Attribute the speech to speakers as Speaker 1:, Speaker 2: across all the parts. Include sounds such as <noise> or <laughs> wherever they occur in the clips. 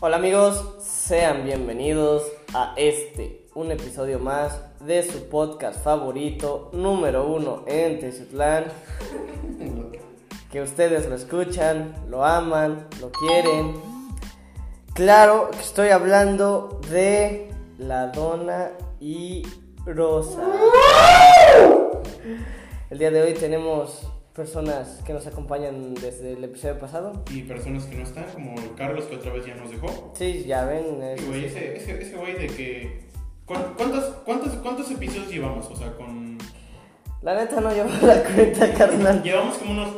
Speaker 1: Hola amigos, sean bienvenidos a este, un episodio más de su podcast favorito, número uno en Tizutlán. Que ustedes lo escuchan, lo aman, lo quieren. Claro que estoy hablando de la dona y Rosa. El día de hoy tenemos personas que nos acompañan desde el episodio pasado.
Speaker 2: Y personas que no están, como el Carlos que otra vez ya nos dejó.
Speaker 1: Sí, ya ven.
Speaker 2: Y
Speaker 1: es-
Speaker 2: güey, ese, ese, ese güey de que. ¿cuán- ¿Cuántos, cuántos, ¿Cuántos episodios llevamos? O sea, con.
Speaker 1: La neta no llevo la cuenta, carnal.
Speaker 2: Llevamos como unos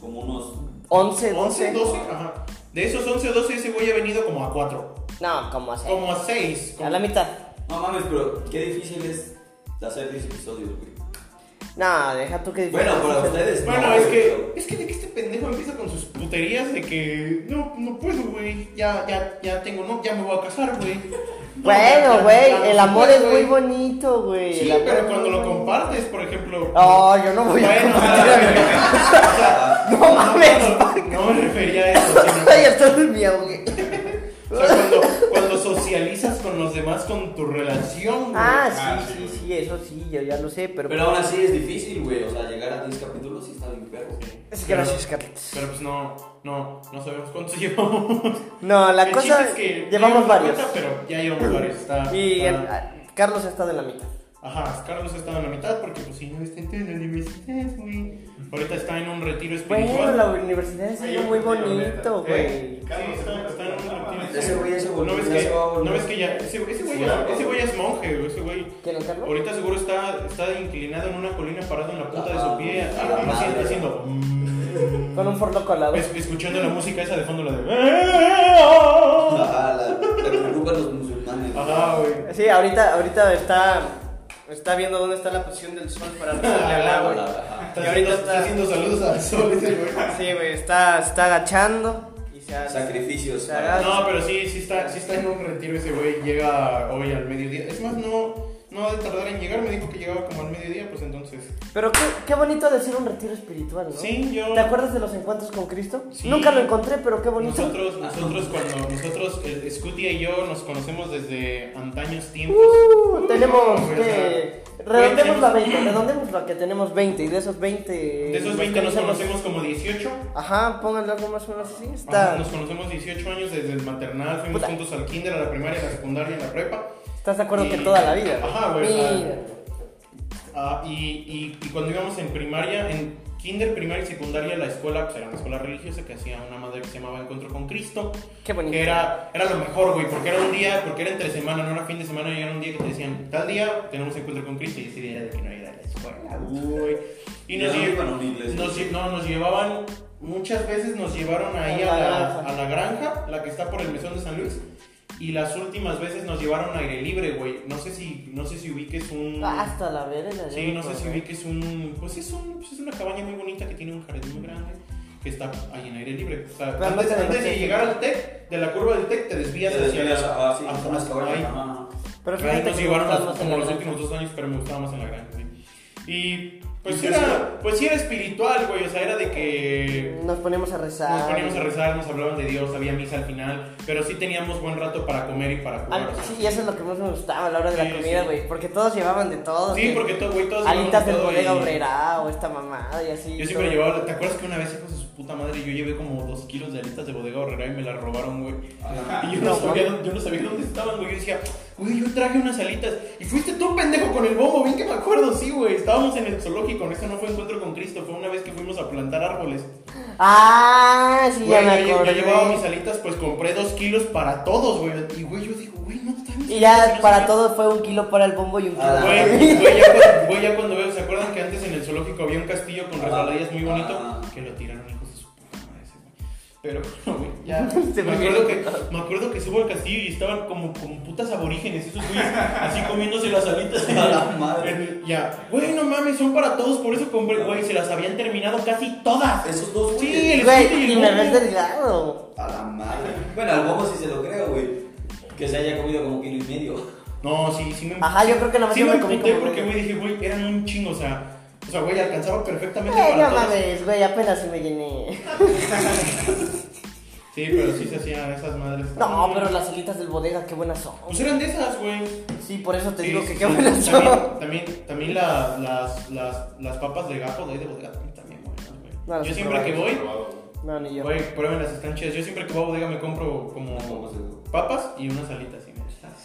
Speaker 3: Como unos.
Speaker 1: 11,
Speaker 2: 11,
Speaker 1: 12.
Speaker 2: 12. Ajá. De esos 11 o 12, ese güey ha venido como a 4.
Speaker 1: No, como así.
Speaker 2: Como a 6. Como...
Speaker 1: A la mitad.
Speaker 3: No mames, pero qué difícil es hacer 10 episodios, güey.
Speaker 1: No, deja tú que.
Speaker 3: Bueno, para ustedes.
Speaker 2: Bueno,
Speaker 3: no,
Speaker 2: es
Speaker 3: güey,
Speaker 2: que.
Speaker 3: pero-
Speaker 2: Es que de que este pendejo empieza con sus puterías de que. No, no puedo, güey. Ya, ya, ya tengo. No, ya me voy a casar, güey. <laughs> No, ya-
Speaker 1: Bueno,
Speaker 2: ya-
Speaker 1: güey,
Speaker 2: ya no
Speaker 1: el
Speaker 2: se
Speaker 1: amor
Speaker 2: puede,
Speaker 1: es muy bonito, güey.
Speaker 2: pues, Sí,
Speaker 1: el amor es
Speaker 2: pero
Speaker 1: muy
Speaker 2: cuando lo
Speaker 1: bonito.
Speaker 2: compartes, por ejemplo.
Speaker 1: No, yo no voy
Speaker 2: <laughs>
Speaker 1: a
Speaker 2: Bueno,
Speaker 1: compartir a mi No mames.
Speaker 2: No, no me refería a eso, sino
Speaker 1: Ay, estás en mi güey.
Speaker 2: o sea, cuando, cuando socializas con los demás con tu relación. güey.
Speaker 1: Ah,
Speaker 3: sí,
Speaker 1: sí, sí,
Speaker 3: güey.
Speaker 1: sí, eso sí, yo ya lo sé, pero.
Speaker 3: Pero aún así es difícil, güey. O sea, llegar a 10 capítulos sí está bien perro.
Speaker 1: Es que gracias, Carlitos.
Speaker 2: Pero pues no, no, no sabemos cuántos <laughs> llevamos.
Speaker 1: No, la
Speaker 2: El
Speaker 1: cosa
Speaker 2: chiste es que
Speaker 1: llevamos
Speaker 2: no
Speaker 1: varios.
Speaker 2: cuenta, pero ya llevamos varios. Está,
Speaker 1: Y el-
Speaker 2: está-
Speaker 1: ah, Carlos ha estado en la mitad.
Speaker 2: Ajá, Carlos estaba en la mitad porque pues si no está en la universidad, güey. Ahorita está en un retiro
Speaker 1: Bueno,
Speaker 2: espiritual.
Speaker 1: la universidad es algo muy bonito,
Speaker 2: ¿Eh?
Speaker 1: güey.
Speaker 2: Sí, está, está en un retiro
Speaker 3: Ese güey ya se
Speaker 2: ¿No
Speaker 3: volvió,
Speaker 2: ves
Speaker 3: ya se
Speaker 2: que,
Speaker 3: va a volver.
Speaker 2: no ves que ya, ese, ese güey ya- ese güey ya es monje, güey, ese güey.
Speaker 1: ¿Quién, Carlos?
Speaker 2: Ahorita seguro está, está inclinado en una colina parado en la punta de su pie,
Speaker 3: Ah, la
Speaker 2: haciendo,
Speaker 3: madre.
Speaker 2: haciendo Mm.
Speaker 1: Con un forloco al lado.
Speaker 2: es- escuchando la música esa de fondo la de
Speaker 3: Ajá, la, la preocupa a los musulmanes. güey.
Speaker 2: Ajá, güey.
Speaker 1: Sí, ahorita, ahorita está, está viendo dónde está la posición del sol
Speaker 2: <laughs>
Speaker 1: para rezarle al
Speaker 3: Ajá,
Speaker 1: agua.
Speaker 2: Ah,
Speaker 3: la- ajá.
Speaker 2: Está
Speaker 1: Y ahorita
Speaker 2: haciendo,
Speaker 1: está-
Speaker 2: está haciendo saludos al sol ese güey.
Speaker 1: Sí, güey, está, está agachando y se hace-
Speaker 3: Sacrificios.
Speaker 1: se haga-
Speaker 2: No, pero sí, sí está, sí está en un retiro ese güey, llega hoy al mediodía. Es más, no, no va a tardar en llegar, me dijo que llegaba como al mediodía, pues entonces.
Speaker 1: Pero qué, qué bonito decir un retiro espiritual, ¿no?
Speaker 2: Sí, yo.
Speaker 1: ¿Te acuerdas de los encuentros con Cristo?
Speaker 2: Sí.
Speaker 1: Nunca lo encontré, pero qué bonito.
Speaker 2: Nosotros, nosotros cuando nosotros, el Scutia y yo nos conocemos desde antaños tiempos. Pues,
Speaker 1: Uh, tenemos
Speaker 2: Güey, o
Speaker 1: que... Redondemos la 20, redondemos la que tenemos 20 y de esos 20...
Speaker 2: De
Speaker 1: eh,
Speaker 2: esos 20 nos conocemos como 18.
Speaker 1: Ajá, pónganle algo más o menos así.
Speaker 2: Ajá,
Speaker 1: Está,
Speaker 2: nos conocemos 18 años desde el maternal, fuimos
Speaker 1: Puta.
Speaker 2: juntos al kinder, a la primaria, a la secundaria, a la prepa.
Speaker 1: ¿Estás de acuerdo
Speaker 2: Y-
Speaker 1: que toda la vida?
Speaker 2: Ajá, güey, o sea,
Speaker 1: Mira.
Speaker 2: Ah, y, y- y cuando íbamos en primaria, en kinder, primaria y secundaria, la escuela pues, era una escuela religiosa que hacía una madre que se llamaba Encuentro con Cristo.
Speaker 1: Qué bonito.
Speaker 2: Que era, era lo mejor, güey, porque era un día, porque era entre semana, no era fin de semana, y era un día que te decían, tal día tenemos encuentro con Cristo, y ese día era de que no iba a la escuela, güey. Y nos,
Speaker 3: Ya no
Speaker 2: lle-
Speaker 3: iban a una iglesia.
Speaker 2: nos lle- no, nos llevaban, muchas veces nos llevaron ahí
Speaker 1: A
Speaker 2: a
Speaker 1: la
Speaker 2: la,
Speaker 1: granja.
Speaker 2: a la granja, la que está por el mesón de San Luis. Y las últimas veces nos llevaron a aire libre, güey. No sé si, no sé si ubiques un.
Speaker 1: Hasta la verga.
Speaker 2: Sí, no sé si
Speaker 1: vi
Speaker 2: vi que es un. Pues es, un, pues es una cabaña muy bonita que tiene un jardín muy grande que está ahí en aire libre. O sea,
Speaker 1: Pero
Speaker 2: antes,
Speaker 1: no te-
Speaker 2: antes de llegar al TEC, de la curva del TEC, te desvías
Speaker 3: Te
Speaker 2: hacia
Speaker 3: desvías a-
Speaker 2: la.
Speaker 3: "Ah, sí,
Speaker 2: hacia-
Speaker 3: unas cabañas,
Speaker 2: ahí.
Speaker 3: ajá.
Speaker 1: Pero
Speaker 2: Ahí
Speaker 1: fíjate
Speaker 2: nos
Speaker 1: que
Speaker 2: llevaron
Speaker 1: estás
Speaker 2: a-
Speaker 1: más en
Speaker 2: pues, como
Speaker 1: la
Speaker 2: los
Speaker 1: granja.
Speaker 2: últimos dos años, pero me gustaba más en la granja. sí. Y pues
Speaker 3: ¿Y
Speaker 2: era,
Speaker 3: creció?
Speaker 2: pues sí era espiritual, güey. O sea, era de que
Speaker 1: Nos poníamos a rezar.
Speaker 2: eh, nos poníamos a rezar, nos hablaban de Dios, había misa al final, pero sí teníamos buen rato para comer y para
Speaker 1: A
Speaker 2: jugar.
Speaker 1: mí-
Speaker 2: o sea.
Speaker 1: Ah, sí, y eso es lo que más me gustaba a la hora de
Speaker 2: Sí,
Speaker 1: la comida,
Speaker 2: sí.
Speaker 1: güey. Porque todos llevaban de todo.
Speaker 2: Sí,
Speaker 1: que
Speaker 2: porque todo, güey, todos
Speaker 1: Alitas
Speaker 2: llevamos
Speaker 1: del
Speaker 2: todo
Speaker 1: bodega
Speaker 2: y-
Speaker 1: obrera o esta mamada y así.
Speaker 2: Yo siempre
Speaker 1: todo.
Speaker 2: llevaba, ¿te acuerdas que una vez, hijos de su puta madre, yo llevé como dos kilos de alitas de bodega horrera y me las robaron, güey?
Speaker 3: Ajá.
Speaker 2: <laughs> Y yo
Speaker 1: Ah, No,
Speaker 2: no, sabía, dónde- yo no sabía dónde estaban, güey. Yo decía, güey, yo traje unas alitas. Y fuiste tú, pendejo, con el bombo, bien que me acuerdo, sí, güey. Estábamos en el zoológico, eso no fue encuentro con Cristo, fue una vez que fuimos a plantar árboles.
Speaker 1: Ah, sí, ya
Speaker 2: Güey,
Speaker 1: me
Speaker 2: yo, yo
Speaker 1: acordé.
Speaker 2: llevaba mis alitas, pues compré dos kilos para todos, güey. Y, güey, yo digo, güey, no están mis
Speaker 1: Y
Speaker 2: alitas,
Speaker 1: ya
Speaker 2: no
Speaker 1: para
Speaker 2: sé-
Speaker 1: todos fue un kilo para el bombo y un kilo
Speaker 3: Ah,
Speaker 1: para <laughs>
Speaker 2: Güey,
Speaker 1: mí.
Speaker 2: güey, ya cuando- güey, ya cuando veo, ¿se acuerdan que antes en el zoológico había un castillo con resbaladillas muy bonito?
Speaker 3: Ah.
Speaker 2: Que lo tiraron hijos de su puta madre ese güey. Pero, <laughs> bueno, güey, ya.
Speaker 1: <laughs> Se
Speaker 2: me,
Speaker 1: me
Speaker 2: acuerdo que, me acuerdo que subo al castillo y estaban como, como putas aborígenes, esos güeyes, así comiéndose
Speaker 1: <laughs>
Speaker 2: las alitas.
Speaker 3: A la madre.
Speaker 2: En- Ya, güey, no mames, son para todos, por eso compré, güey, se las habían terminado casi todas.
Speaker 3: Esos dos, güey.
Speaker 2: Sí, el esquite
Speaker 1: Güey,
Speaker 2: y
Speaker 1: y
Speaker 2: el
Speaker 1: me
Speaker 2: bombo.
Speaker 1: ves delgado.
Speaker 3: A la madre. Bueno, al bobo sí se lo creo, güey. Que se haya comido como kilo y medio.
Speaker 2: No, sí, sí me
Speaker 1: Ajá, yo creo que nada más
Speaker 2: Sí
Speaker 1: yo
Speaker 2: me
Speaker 1: me comí
Speaker 2: emputé
Speaker 1: como
Speaker 2: porque,
Speaker 1: medio.
Speaker 2: güey, dije, güey, eran un chingo, o sea, o sea, güey,
Speaker 1: Eh,
Speaker 2: alcanzaba perfectamente
Speaker 1: Güey,
Speaker 2: para
Speaker 1: no
Speaker 2: todos.
Speaker 1: mames, güey, apenas si me llené.
Speaker 2: Sí, pero sí se hacían esas madres.
Speaker 1: No, pero las alitas del bodega, qué buenas son.
Speaker 2: Pues eran de esas, güey.
Speaker 1: Sí, por eso te
Speaker 2: Sí,
Speaker 1: digo
Speaker 2: sí,
Speaker 1: que
Speaker 2: sí.
Speaker 1: qué buenas son.
Speaker 2: También, también, también la- las, las, las papas de gato de ahí de bodega también, también buenas, güey.
Speaker 1: No, las
Speaker 2: Yo
Speaker 1: he
Speaker 2: siempre que voy,
Speaker 1: No, ni yo.
Speaker 2: Güey, prueben las estanchas. Yo siempre que voy a bodega me compro como papas y unas alitas. Y me-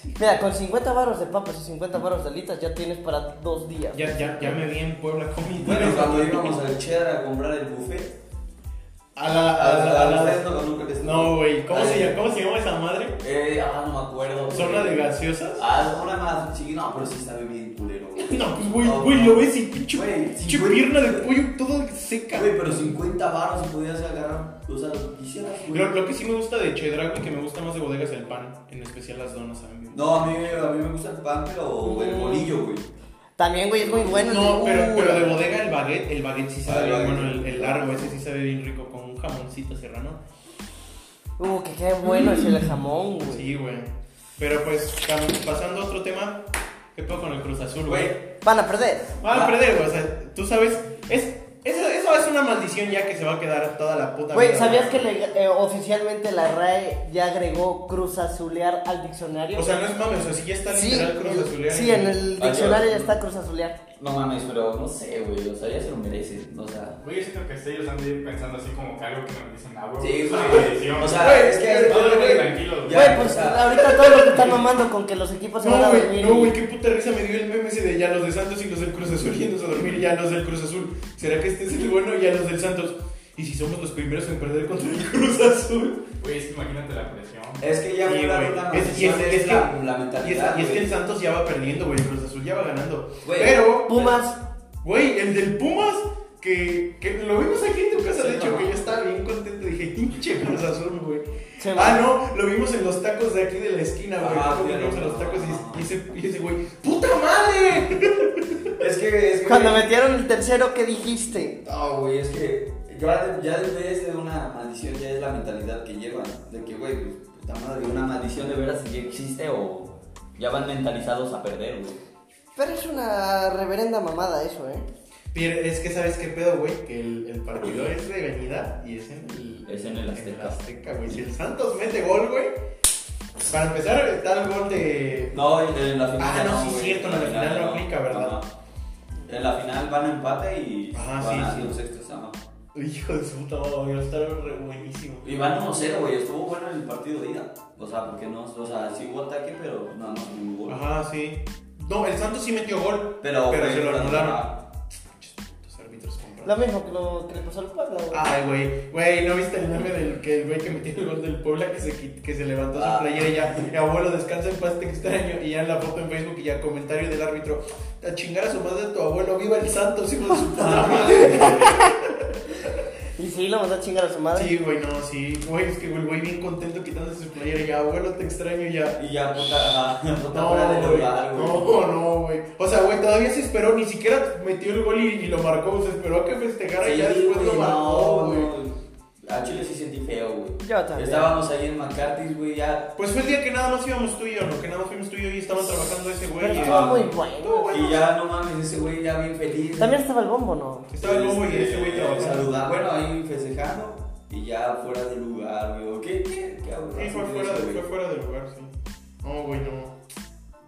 Speaker 1: Mira, con 50 baros de papas y 50 baros de alitas ya tienes para dos días.
Speaker 2: ya, ya, ya me vi en Puebla comiendo.
Speaker 3: Bueno, cuando íbamos al cheddar a comprar el buffet,
Speaker 2: a la.
Speaker 3: a
Speaker 2: A la, a la-
Speaker 3: no, nunca les-
Speaker 2: Ah, No, güey. ¿cómo,
Speaker 3: Ah,
Speaker 2: se
Speaker 3: sí.
Speaker 2: llama- ¿Cómo se llama esa madre?
Speaker 3: Eh, ah, no me acuerdo. güey.
Speaker 2: ¿Zona de gaseosas? <laughs>
Speaker 3: Ah, zona más chiquita, no, pero sí sabe bien culero, güey.
Speaker 2: No, pues, güey,
Speaker 3: No,
Speaker 2: güey,
Speaker 3: no.
Speaker 2: lo ves y pinche
Speaker 3: Güey,
Speaker 2: pinche
Speaker 3: güey.
Speaker 2: pierna de pollo todo seca.
Speaker 3: Güey, pero 50 baros podías agarrar, o sea, lo que quisieras, güey.
Speaker 2: Lo, lo que sí me gusta de Chedra, güey, que me gusta más de bodega es el pan. En especial las donas, ¿saben? bien.
Speaker 3: No, a mí, a mí me gusta el pan, pero
Speaker 2: Mm.
Speaker 3: el bolillo, güey.
Speaker 1: También, güey, es muy bueno.
Speaker 2: No,
Speaker 1: sí.
Speaker 2: pero,
Speaker 1: Uh,
Speaker 2: pero de bodega el baguette, el baguette sí
Speaker 3: Ah,
Speaker 2: sabe
Speaker 3: el
Speaker 2: bien
Speaker 3: baguette.
Speaker 2: bueno, el, el largo ese sí sabe bien rico con un jamoncito serrano.
Speaker 1: Uh, que qué bueno es el jamón, güey.
Speaker 2: Sí, güey. Pero pues, cam- pasando a otro tema, ¿qué puedo con el Cruz Azul, güey?
Speaker 3: Güey,
Speaker 1: Van a perder.
Speaker 2: Va a perder, güey. O sea, tú sabes, es, eso, eso es una maldición ya que se va a quedar toda la puta
Speaker 1: Güey,
Speaker 2: vida,
Speaker 1: ¿sabías que le- eh, oficialmente la RAE ya agregó cruz azulear al diccionario?
Speaker 2: O sea, no es mame, o sea, sí ya está
Speaker 1: sí,
Speaker 2: literal Cruz
Speaker 1: el-
Speaker 2: Azul.
Speaker 1: sí, en el
Speaker 3: Ah,
Speaker 1: diccionario
Speaker 3: yo-
Speaker 1: ya está cruz azulear.
Speaker 3: no mames, pero no sé, güey, o sea, ya se lo merecen, o sea.
Speaker 4: Güey, yo siento que ellos andan ahí pensando así como que algo que nos dicen a huevo.
Speaker 3: Sí,
Speaker 4: es una
Speaker 3: güey.
Speaker 4: maldición.
Speaker 3: O sea, es que-
Speaker 4: No, no, no,
Speaker 3: güey.
Speaker 4: tranquilo, güey.
Speaker 3: Ya,
Speaker 1: Güey, pues
Speaker 3: o sea-
Speaker 1: ahorita todo lo que están mamando con que los equipos se van
Speaker 2: No,
Speaker 1: a
Speaker 2: güey,
Speaker 1: dormir.
Speaker 2: no,
Speaker 1: y-
Speaker 2: güey, qué puta risa me dio el meme ese de ya los de Santos y los del Cruz Azul yéndose a dormir ya los del Cruz Azul. ¿Será que este es el bueno y ya los del Santos? ¿Y si somos los primeros en perder contra el Cruz Azul?
Speaker 4: Güey, es que imagínate la presión.
Speaker 3: Es que ya
Speaker 2: Sí,
Speaker 3: fue
Speaker 2: güey.
Speaker 3: la
Speaker 2: Es- y es- es
Speaker 3: la,
Speaker 2: que-
Speaker 3: la
Speaker 2: Y es,
Speaker 3: mentalidad.
Speaker 2: y es que
Speaker 3: güey.
Speaker 2: el Santos ya va perdiendo, güey, el Cruz Azul ya va ganando.
Speaker 3: Güey.
Speaker 2: Pero,
Speaker 1: Pumas,
Speaker 2: Güey, el del Pumas, que, que lo vimos aquí en tu casa, de
Speaker 3: Sí,
Speaker 2: hecho,
Speaker 3: no.
Speaker 2: que yo estaba bien contento. Dije, pinche Cruz Azul, güey.
Speaker 1: se
Speaker 2: Ah,
Speaker 1: va.
Speaker 2: no, lo vimos en los tacos de aquí de la esquina, güey.
Speaker 3: Ah,
Speaker 2: Lo
Speaker 3: sí,
Speaker 2: vimos en
Speaker 3: no,
Speaker 2: los tacos
Speaker 3: no.
Speaker 2: y, y ese, y ese güey, ¡puta madre!
Speaker 3: Es que, es que.
Speaker 1: Cuando metieron el tercero, ¿qué dijiste?
Speaker 3: No, güey, es que ya, ya después de una maldición ya es la mentalidad que llevan. De que, güey, pues, puta madre, una maldición de veras si ya existe o ya van mentalizados a perder, güey.
Speaker 1: Pero es una reverenda mamada eso, ¿eh?
Speaker 2: Pero es que, ¿sabes qué pedo, güey? Que el, el partido es de venida y es en el,
Speaker 3: Es en el Azteca.
Speaker 2: Azteca, güey. Si el Santos mete gol, güey. Para empezar, está el gol de.
Speaker 3: No, en, en la final.
Speaker 2: Ah, no, sí,
Speaker 3: güey.
Speaker 2: cierto, en la final no aplica, ¿verdad?
Speaker 3: Ajá. En la final van a empate y
Speaker 2: Ajá,
Speaker 3: van
Speaker 2: sí,
Speaker 3: a
Speaker 2: sí.
Speaker 3: los extras, ajá.
Speaker 2: Hijo de su puta, güey, va a estar re buenísimo.
Speaker 3: Y van 1-0, güey, estuvo bueno el partido de ida. O sea, porque no, o sea, sí hubo ataque, pero no, no, no hubo gol.
Speaker 2: Ajá, sí. No, el Santos sí metió gol.
Speaker 3: Pero,
Speaker 2: Pero
Speaker 3: güey,
Speaker 2: se lo
Speaker 3: pero-
Speaker 2: anularon.
Speaker 3: <laughs>
Speaker 2: Los árbitros compraron.
Speaker 1: Lo mismo que, lo que le pasó al Puebla, güey.
Speaker 2: Ay, güey, güey, ¿no viste el meme del que el güey que metió el gol del Puebla que se, quit- que se levantó
Speaker 3: Ah.
Speaker 2: su playera y ya, "Mi abuelo, descansa en paz, te extraño? Y ya en la foto en Facebook y ya comentario del árbitro, a chingar a su madre tu abuelo, viva el Santos, hijo de su
Speaker 3: <laughs>
Speaker 2: puta madre.
Speaker 1: Y sí, lo mandó a chingar a su madre.
Speaker 2: Sí, güey, no, sí, güey, es que güey, güey, bien contento quitándose su playera y ya, abuelo, te extraño y ya.
Speaker 3: Y ya puta, ajá, <laughs> puta
Speaker 2: No,
Speaker 3: fuera del
Speaker 2: güey,
Speaker 3: lugar, güey.
Speaker 2: no, no, güey. O sea, güey, todavía se esperó, ni siquiera metió el gol y, y lo marcó, se esperó a que festejara y ya
Speaker 3: Sí,
Speaker 2: después
Speaker 3: güey,
Speaker 2: lo marcó, güey.
Speaker 3: no, A Chile sí sentí feo, güey.
Speaker 1: Yo también.
Speaker 3: Estábamos ahí en McCarthy's, güey, ya.
Speaker 2: Pues fue el día que nada más íbamos tú y yo, ¿no? Que nada más fuimos tú y yo y estaban trabajando ese
Speaker 1: Pero
Speaker 2: güey. eh, y-
Speaker 1: estuvo muy
Speaker 2: Estuvo
Speaker 1: bueno.
Speaker 2: bueno.
Speaker 3: Y ya, no mames, ese güey ya bien feliz.
Speaker 1: También estaba el bombo, ¿no?
Speaker 2: Estaba el bobo y ese este güey trabajando.
Speaker 3: Saludar, bueno, ahí festejando. Y ya fuera del lugar, güey. ¿Qué, qué, qué aburrido
Speaker 2: Sí, fue
Speaker 3: ese
Speaker 2: fuera, de-
Speaker 3: güey.
Speaker 2: fue fuera del lugar, sí. No, güey, no.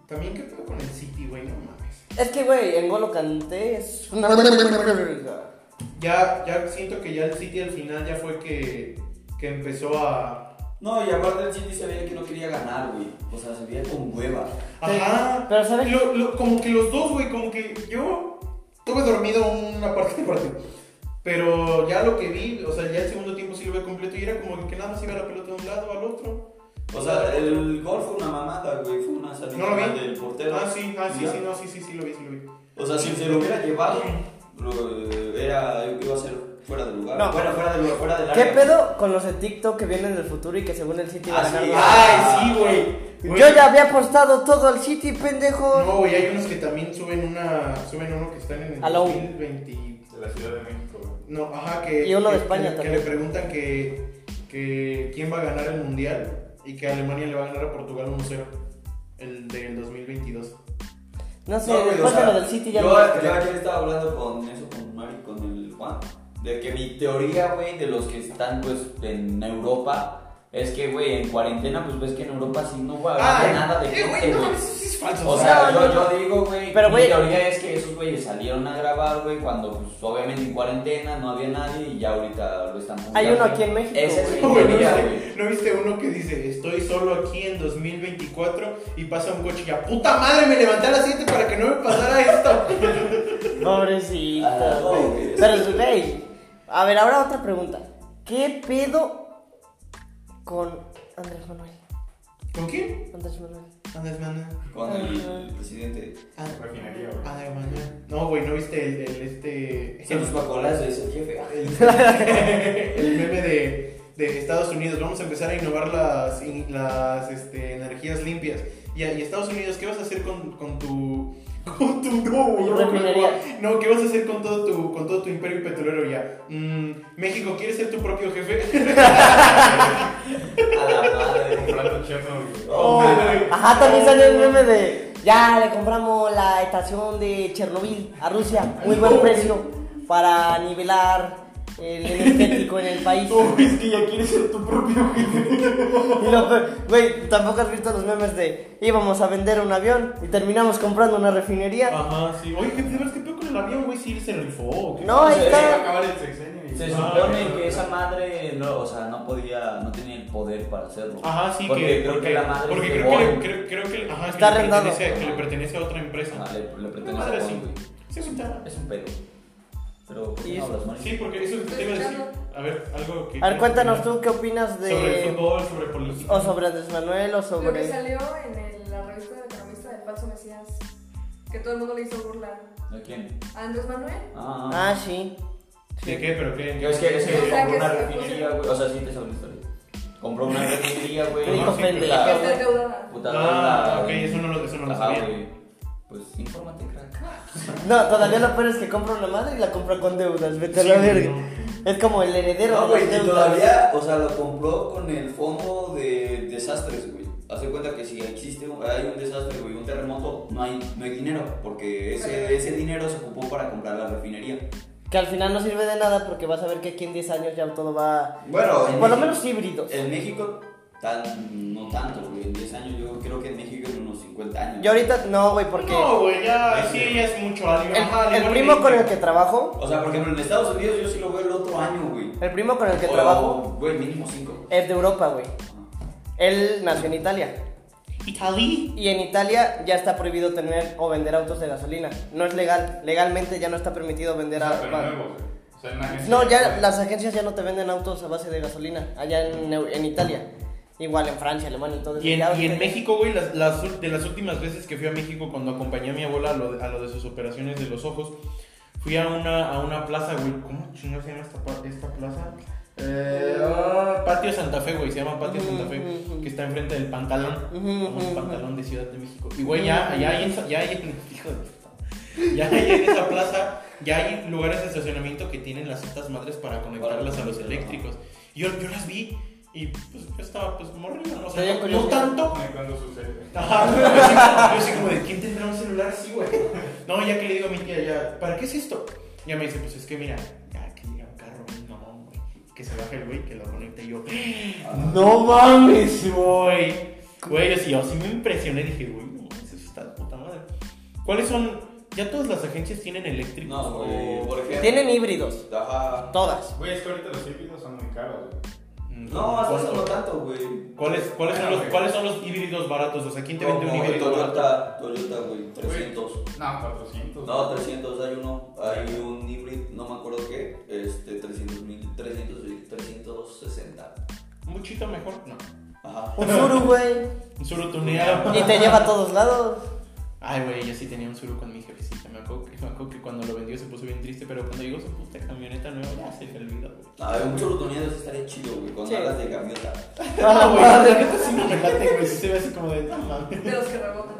Speaker 2: También qué pedo con el City, güey, no mames.
Speaker 1: Es que, güey, en Golo Canté es una... <laughs>
Speaker 2: Ya, ya siento que ya el City al final ya fue que, que empezó a...
Speaker 3: No, y aparte el City se veía que no quería ganar, güey. O sea, se veía con hueva.
Speaker 2: Ajá.
Speaker 1: Pero, ¿sabes?
Speaker 2: ah, Lo- lo- como que los dos, güey, como que yo tuve dormido una parte del partido. Pero ya lo que vi, o sea, ya el segundo tiempo sí lo vi completo y era como que nada más iba la pelota de un lado al otro.
Speaker 3: O sea, el gol fue una mamada, güey. Fue una salida
Speaker 2: No lo vi.
Speaker 3: mal del portero.
Speaker 2: Ah, sí, ah, sí,
Speaker 3: Ya.
Speaker 2: sí, no, sí, sí, sí, lo vi, sí, lo vi.
Speaker 3: O sea, si se lo hubiera llevado, lo- eh, era, iba a ser fuera del lugar.
Speaker 1: No.
Speaker 3: Bueno, fuera del lugar, fuera del
Speaker 1: ¿Qué
Speaker 3: área.
Speaker 1: pedo con los de TikTok que vienen del futuro y que según el City va a
Speaker 3: Ah, sí.
Speaker 1: ganar?
Speaker 2: Ay, sí, güey. Güey.
Speaker 1: Yo ya había apostado todo al City, pendejo.
Speaker 2: No, güey, hay unos que también suben una. Suben uno que están en el
Speaker 1: Aló.
Speaker 2: 2020.
Speaker 4: De la Ciudad de México, güey.
Speaker 2: No, ajá, que.
Speaker 1: Y uno de
Speaker 2: que-
Speaker 1: España
Speaker 2: que,
Speaker 1: también.
Speaker 2: Que le preguntan que. que quién va a ganar el mundial y que Alemania le va a ganar a Portugal 1-0. El del 2022.
Speaker 1: No sé,
Speaker 3: No, güey, o
Speaker 1: después de
Speaker 3: sea,
Speaker 1: lo del City ya
Speaker 3: yo,
Speaker 1: no
Speaker 3: yo ayer estaba hablando con eso, con Mari, con el Juan, de que mi teoría, güey, de los que están, pues, en Europa, Es que, güey, en cuarentena, pues ves que en Europa sí no va a
Speaker 2: Ay,
Speaker 3: haber Ah, nada de
Speaker 2: eh, güey,
Speaker 3: gente,
Speaker 2: no,
Speaker 3: güey.
Speaker 2: eso sí es falso.
Speaker 3: O sea, yo, yo digo, güey,
Speaker 1: Pero,
Speaker 3: mi
Speaker 1: güey-
Speaker 3: teoría es que esos güeyes salieron a grabar, güey, cuando pues obviamente en cuarentena no había nadie y ya ahorita lo están
Speaker 1: Hay
Speaker 3: buscando.
Speaker 1: uno aquí en México,
Speaker 3: Esa es mi
Speaker 2: <laughs> No, güey, ¿no,
Speaker 3: teoría,
Speaker 2: viste,
Speaker 3: güey.
Speaker 2: ¿No viste uno que dice, estoy solo aquí en 2024 y pasa un coche y ya, puta madre, me levanté a las 7 para que no me pasara esto? <laughs>
Speaker 3: Ah,
Speaker 1: Pobrecito.
Speaker 3: no, güey.
Speaker 1: Pero es güey. A ver, ahora otra pregunta. ¿Qué pedo con Andrés Manuel?
Speaker 2: ¿Con quién?
Speaker 1: Andrés Manuel.
Speaker 2: Andrés Manuel.
Speaker 3: Con el presidente.
Speaker 2: Ah,
Speaker 4: Refinería, güey.
Speaker 2: Andrés Manuel. No, güey, ¿no viste el, el
Speaker 3: Es
Speaker 2: este...
Speaker 3: que los guacolas es el <laughs> jefe.
Speaker 2: el meme de, de Estados Unidos, vamos a empezar a innovar las, in- las este, energías limpias. Y, a- y Estados Unidos, ¿qué vas a hacer con, con tu... <laughs> Con tu... No, güey, no, con-
Speaker 1: Refinería.
Speaker 2: no, ¿qué vas a hacer con todo tu, con todo tu imperio petrolero ya? Mm, México, ¿quieres ser tu propio
Speaker 3: <laughs>
Speaker 2: jefe?
Speaker 3: A la madre.
Speaker 4: Comprando Chernobyl.
Speaker 3: Oh,
Speaker 2: Hombre.
Speaker 1: Ajá, también salió el meme de. Ya le compramos la estación de Chernobyl a Rusia. Muy buen precio para nivelar el energético en el país.
Speaker 2: No, es que ya quieres ser tu propio jefe.
Speaker 1: Y lo peor- güey, tampoco has visto los memes de íbamos a vender un avión y terminamos comprando una refinería.
Speaker 2: Ajá, sí. Oye, ¿qué te vas? ¿Qué pedo con el avión, güey? Sí, se rifó. ¿o qué?
Speaker 1: No, ahí
Speaker 4: Se va a
Speaker 1: está.
Speaker 4: acabar el sexenio y-
Speaker 3: Se
Speaker 4: Ah,
Speaker 3: supone
Speaker 4: güey.
Speaker 3: que esa madre no, o sea, no podía, no tenía el poder para hacerlo.
Speaker 2: Ajá, sí,
Speaker 3: porque
Speaker 2: que.
Speaker 3: creo
Speaker 2: porque,
Speaker 3: que la madre
Speaker 2: porque
Speaker 3: es de
Speaker 2: creo, que le,
Speaker 3: Boeing.
Speaker 2: creo, creo que. Ajá,
Speaker 1: Está
Speaker 2: que, le
Speaker 1: arrendado.
Speaker 2: pertenece, que le pertenece a otra empresa.
Speaker 3: Ajá, le, le
Speaker 2: Una
Speaker 3: pretende
Speaker 2: madre
Speaker 3: a
Speaker 2: así.
Speaker 3: Boeing, güey.
Speaker 2: Sí, es un tema.
Speaker 3: Es un pedo. Pero, ¿por qué
Speaker 1: Y eso-
Speaker 3: no hablas, Mari?
Speaker 2: Sí, porque eso es lo que te iba a decir. A ver, algo que.
Speaker 1: A ver, cuéntanos tú qué opinas
Speaker 2: Sobre el
Speaker 1: de.
Speaker 2: fútbol, sobre política.
Speaker 1: O sobre Andrés Manuel o
Speaker 5: Lo que
Speaker 1: sobre.
Speaker 5: salió en el- la revista de Economista del falso Mesías, que todo el mundo le hizo burla
Speaker 3: ¿A quién?
Speaker 5: a Andrés Manuel.
Speaker 3: Ah, ah.
Speaker 1: Ah, sí.
Speaker 2: ¿De qué? ¿Pero qué?
Speaker 3: Yo es que es que
Speaker 5: O sea,
Speaker 3: compró
Speaker 5: que
Speaker 3: una
Speaker 5: se puso-
Speaker 3: refinería, güey. O sea, sí te sabe la historia. Compró una refinería, güey.
Speaker 1: Rico
Speaker 3: No, sí,
Speaker 1: pendejo.
Speaker 5: Que
Speaker 3: la-
Speaker 5: está endeudada.
Speaker 3: Puta
Speaker 2: Ah,
Speaker 3: deuda,
Speaker 2: ok,
Speaker 3: güey.
Speaker 2: eso no lo, eso no lo
Speaker 3: Ajá,
Speaker 2: sabía.
Speaker 3: güey. Pues infórmate, crack.
Speaker 1: No, todavía lo peor es que compra una madre y la compra con deudas. Vete a
Speaker 2: Sí,
Speaker 1: la verga.
Speaker 2: no.
Speaker 1: Es como el heredero de
Speaker 3: No,
Speaker 1: las
Speaker 3: güey, y
Speaker 1: deudas.
Speaker 3: todavía, o sea, lo compró con el fondo de desastres, güey. Hace cuenta que si existe, un- hay un desastre, güey, un terremoto, no hay, no hay dinero, porque ese, ese dinero se ocupó para comprar la refinería.
Speaker 1: Que al final no sirve de nada porque vas a ver que aquí en 10 años ya todo va.
Speaker 3: Bueno, en
Speaker 1: Por lo
Speaker 3: México-
Speaker 1: menos híbridos.
Speaker 3: En México, tan, no tanto, güey, en 10 años, yo creo que en México en unos 50 años.
Speaker 1: Yo ahorita no, güey, porque.
Speaker 2: No, güey, ya. Sí, ella es mucho algo.
Speaker 1: el,
Speaker 2: Ajá, al
Speaker 1: el
Speaker 2: igual
Speaker 1: primo con el que trabajo.
Speaker 3: O sea, por ejemplo, en Estados Unidos yo sí lo veo el otro año, güey.
Speaker 1: El primo con el que
Speaker 3: O-
Speaker 2: Oh.
Speaker 1: trabajo
Speaker 3: Güey, mínimo 5.
Speaker 1: es de Europa, güey. Él nació en Italia.
Speaker 2: Italy.
Speaker 1: Y en Italia ya está prohibido tener o vender autos de gasolina. No es legal. Legalmente ya no está permitido vender
Speaker 4: O sea,
Speaker 1: autos.
Speaker 4: pero nuevos, güey. O sea, en la agencia-
Speaker 1: No, ya las agencias ya no te venden autos a base de gasolina. Allá en, Eu- en Italia. Igual en Francia, Alemania y todo eso.
Speaker 2: Y en,
Speaker 1: Ya
Speaker 2: y en
Speaker 1: ustedes-
Speaker 2: México, güey, las, las ul- de las últimas veces que fui a México cuando acompañé a mi abuela a lo de, a lo de sus operaciones de los ojos, fui a una, a una plaza, güey. ¿Cómo chingados se llama esta, pa- esta plaza? Eh, ah, Patio Santa Fe, güey, se llama Patio
Speaker 1: Ujú,
Speaker 2: Santa Fe,
Speaker 1: ujú.
Speaker 2: que está enfrente del pantalón,
Speaker 1: Ujú,
Speaker 2: como
Speaker 1: ujú,
Speaker 2: el
Speaker 1: ujú.
Speaker 2: pantalón de Ciudad de México. Y güey, ya, ya hay en, esa- ya hay <laughs> en- hijo de puta. ya hay en esa plaza, ya hay lugares de estacionamiento que tienen las estas madres para conectarlas a los eléctricos. Y yo, yo las vi y pues yo estaba pues morrido, ¿no? O
Speaker 1: Te
Speaker 2: sea,
Speaker 1: dio
Speaker 2: no- no
Speaker 1: curiosidad.
Speaker 2: tanto,
Speaker 4: Conectando su cerebro.
Speaker 2: Ajá, güey, Ah, <laughs> yo así como de quién tendrá un celular así, güey. No, ya que le digo a mi tía, ya, ¿para qué es esto? Ya me dice, pues es que mira, ya que llega un carro, un mamón, güey. Que se baje el güey, que lo conecte y yo. No mames, güey. Güey, yo sí, yo sí me impresioné, dije, güey, no, eso está de puta madre. ¿Cuáles son? Ya todas las agencias tienen eléctricos. Mm,
Speaker 3: No, o por ejemplo.
Speaker 1: Tienen híbridos.
Speaker 3: Ajá.
Speaker 2: <laughs>
Speaker 1: Todas.
Speaker 4: Güey, es que ahorita los híbridos son muy caros, güey.
Speaker 3: No, hasta eso no Ah,
Speaker 2: ¿Cuánto?
Speaker 3: tanto, güey.
Speaker 2: ¿Cuáles, cuáles, son los, ¿Cuáles son los híbridos baratos? O sea, ¿quién te vende un
Speaker 3: Como
Speaker 2: híbrido barato?
Speaker 3: Toyota, Toyota, güey, 300.
Speaker 4: No, 400.
Speaker 3: No, 300, hay uno, hay un híbrido, no me acuerdo qué, este, 300 mil, 300, y 360.
Speaker 2: Un muchito mejor, no.
Speaker 1: <laughs>
Speaker 3: Ajá.
Speaker 1: Un suru, güey.
Speaker 2: Un solo tuneado.
Speaker 1: Y te lleva a todos
Speaker 2: <laughs>
Speaker 1: lados.
Speaker 2: Ay, güey, yo sí tenía un suru con mi jefecita. Me acuerdo, que, me acuerdo que cuando lo vendió se puso bien triste, pero cuando llegó su puta camioneta nueva, ya se le olvidó, güey.
Speaker 3: No, Ah, hay un chorro tuneado, eso estaría chido, güey, cuando
Speaker 1: Sí.
Speaker 3: hablas de camioneta.
Speaker 2: No, Ah, güey, la neta sí no me late, güey. Sí se ve así como de, no mames.
Speaker 5: De los que rebotan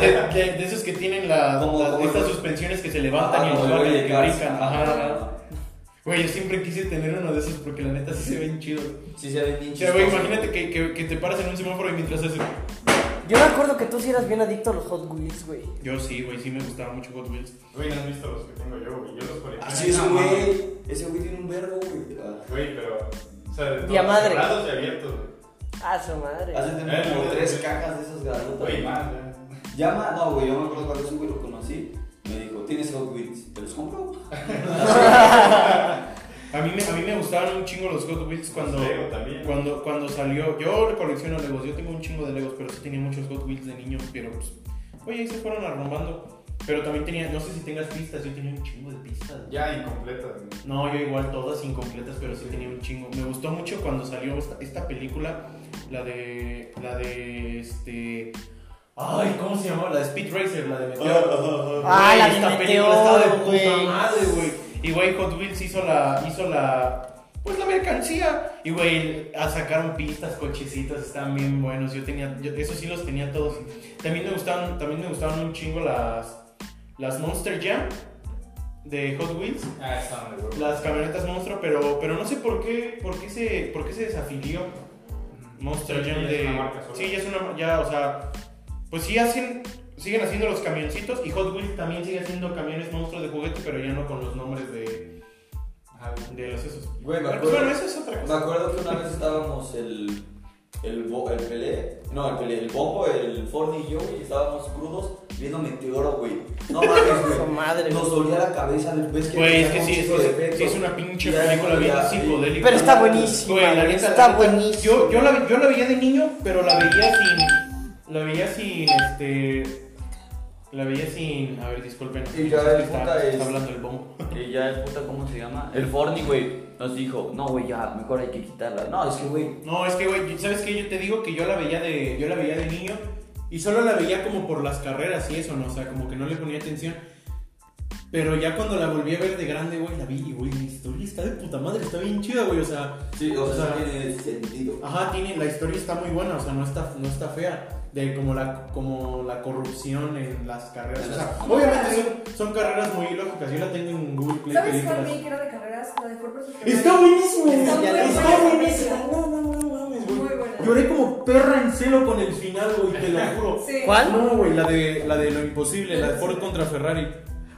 Speaker 2: <laughs> De, de- de esos que tienen la,
Speaker 3: Como-
Speaker 2: las-
Speaker 3: como-
Speaker 2: estas suspensiones que se levantan
Speaker 3: Ah,
Speaker 2: y los
Speaker 3: como de
Speaker 2: barrios
Speaker 3: Goya
Speaker 2: que
Speaker 3: Cars.
Speaker 2: brincan.
Speaker 3: Ajá.
Speaker 2: Ajá. Güey, yo siempre quise tener uno de esos porque la neta sí se ven chidos.
Speaker 3: Sí se ven bien
Speaker 2: O sea, güey,
Speaker 3: chistosos.
Speaker 2: imagínate que, que, que te paras en un semáforo y mientras haces.
Speaker 1: Yo me acuerdo que tú sí eras bien adicto a los Hot Wheels, güey.
Speaker 2: Yo sí, güey, sí me gustaba mucho Hot Wheels.
Speaker 4: Güey, no has visto los que tengo yo, güey. Yo los colecciono.
Speaker 3: Así es,
Speaker 4: No,
Speaker 3: güey. Ese güey tiene un verbo, güey. Ah.
Speaker 4: Güey, pero O sea, de todos
Speaker 1: Tía madre.
Speaker 4: cerrados y abiertos, güey.
Speaker 1: A Ah, su madre.
Speaker 3: Hace tener como tres cajas de esas
Speaker 4: Güey,
Speaker 3: garrotas.
Speaker 4: más, güey.
Speaker 3: Llama, no, güey, yo me acuerdo cuando ese güey lo conocí. Me dijo, ¿tienes Hot Wheels? ¿Te los compro?
Speaker 2: A mí, me, a mí me gustaban un chingo los Hot Wheels cuando,
Speaker 4: Lego también.
Speaker 2: cuando, cuando salió. Yo colecciono Legos, yo tengo un chingo de Legos, pero sí tenía muchos Hot Wheels de niño. Pero pues, oye, ahí se fueron arrumbando. Pero también tenía, no sé si tengas pistas, yo tenía un chingo de pistas.
Speaker 4: Ya incompletas, güey.
Speaker 2: No, yo igual todas incompletas, pero sí tenía un chingo. Me gustó mucho cuando salió esta, esta película, la de. La de. Este. Ay, ¿cómo se llamaba? La de Speed Racer, la de Meteoro.
Speaker 1: Ah,
Speaker 2: Güey,
Speaker 1: la de
Speaker 2: esta
Speaker 1: Meteoro,
Speaker 2: película estaba de puta
Speaker 1: güey.
Speaker 2: madre, güey. Y güey, Hot Wheels hizo la. hizo la. Pues la mercancía. Y güey, a- sacaron pistas, cochecitas, están bien buenos. Yo tenía. Yo, eso sí los tenía todos. También me gustaban, también me gustaban un chingo las. Las Monster Jam de Hot Wheels
Speaker 4: Ah, esa madre, güey.
Speaker 2: las camionetas monstruo, pero, pero no sé por qué, por qué se, por qué se desafilió Monster
Speaker 4: Sí,
Speaker 2: Jam
Speaker 4: ya es
Speaker 2: de.
Speaker 4: una marca sola.
Speaker 2: Sí, ya es una, mar- ya, o sea, pues sí hacen, siguen haciendo los camioncitos y Hot Wheels también sigue haciendo camiones monstruos de juguete, pero ya no con los nombres de,
Speaker 4: Ajá, güey.
Speaker 2: de los esos.
Speaker 3: Güey,
Speaker 2: Pero,
Speaker 3: me acuerdo.
Speaker 2: pues, bueno, eso es otra
Speaker 3: Me
Speaker 2: cosa.
Speaker 3: acuerdo que una vez estábamos el. El, bo, el Pelé, no, el Pelé, el Bombo, el Ford y yo, güey, y estábamos crudos viendo Meteoro, güey. No mames,
Speaker 1: Su
Speaker 3: güey.
Speaker 1: madre.
Speaker 3: Nos dolía la cabeza del pez que
Speaker 2: Güey, es
Speaker 3: tenía
Speaker 2: que
Speaker 3: un
Speaker 2: sí, es,
Speaker 3: chingo de efectos.
Speaker 2: sí es una pinche
Speaker 3: Ya,
Speaker 2: película bien
Speaker 3: ya, sí.
Speaker 2: psicodélica.
Speaker 1: Pero está buenísima.
Speaker 2: Güey, la
Speaker 1: güey,
Speaker 2: neta,
Speaker 1: está
Speaker 2: la neta,
Speaker 1: buenísima.
Speaker 2: Yo, yo, la, vi- yo la veía de niño, pero la veía sin. La veía sin este. La veía sin. A ver, disculpen.
Speaker 3: Y ya
Speaker 2: Es que
Speaker 3: el
Speaker 2: está,
Speaker 3: puta
Speaker 2: está
Speaker 3: es-
Speaker 2: hablando el bombo.
Speaker 3: Y ya el puta, ¿cómo se llama? El Forni, güey, nos dijo, no, güey, ya, mejor hay que quitarla. No, es que, güey,
Speaker 2: No, es que, güey, ¿sabes qué? Yo te digo que yo la veía de. Yo la veía de niño. Y solo la veía como por las carreras y eso, ¿no? O sea, como que no le ponía atención. Pero ya cuando la volví a ver de grande, güey, la vi y, güey, la historia está de puta madre, está bien chida, güey, o sea.
Speaker 3: sí, o sea,
Speaker 2: O sea,
Speaker 3: no tiene sentido.
Speaker 2: Ajá, tiene, la historia está muy buena, o sea, no está, no está fea. De como la, como la corrupción en las carreras. O sea, obviamente son, son carreras muy ilógicas. Yo la tengo en Google Play
Speaker 5: ¿Sabes cuál
Speaker 2: Películas.
Speaker 5: vi que era de carreras? La de Ford vs. Ferrari.
Speaker 2: Está buenísimo.
Speaker 5: Está
Speaker 2: güey.
Speaker 5: muy
Speaker 2: Está
Speaker 5: buena.
Speaker 2: buenísimo. No, no, no, no mames, güey.
Speaker 5: Muy buena.
Speaker 2: Lloré como perra en celo con el final, güey, te lo juro.
Speaker 5: <laughs> Sí.
Speaker 1: ¿Cuál?
Speaker 2: No, güey, la de, la de lo imposible, la de Ford contra Ferrari.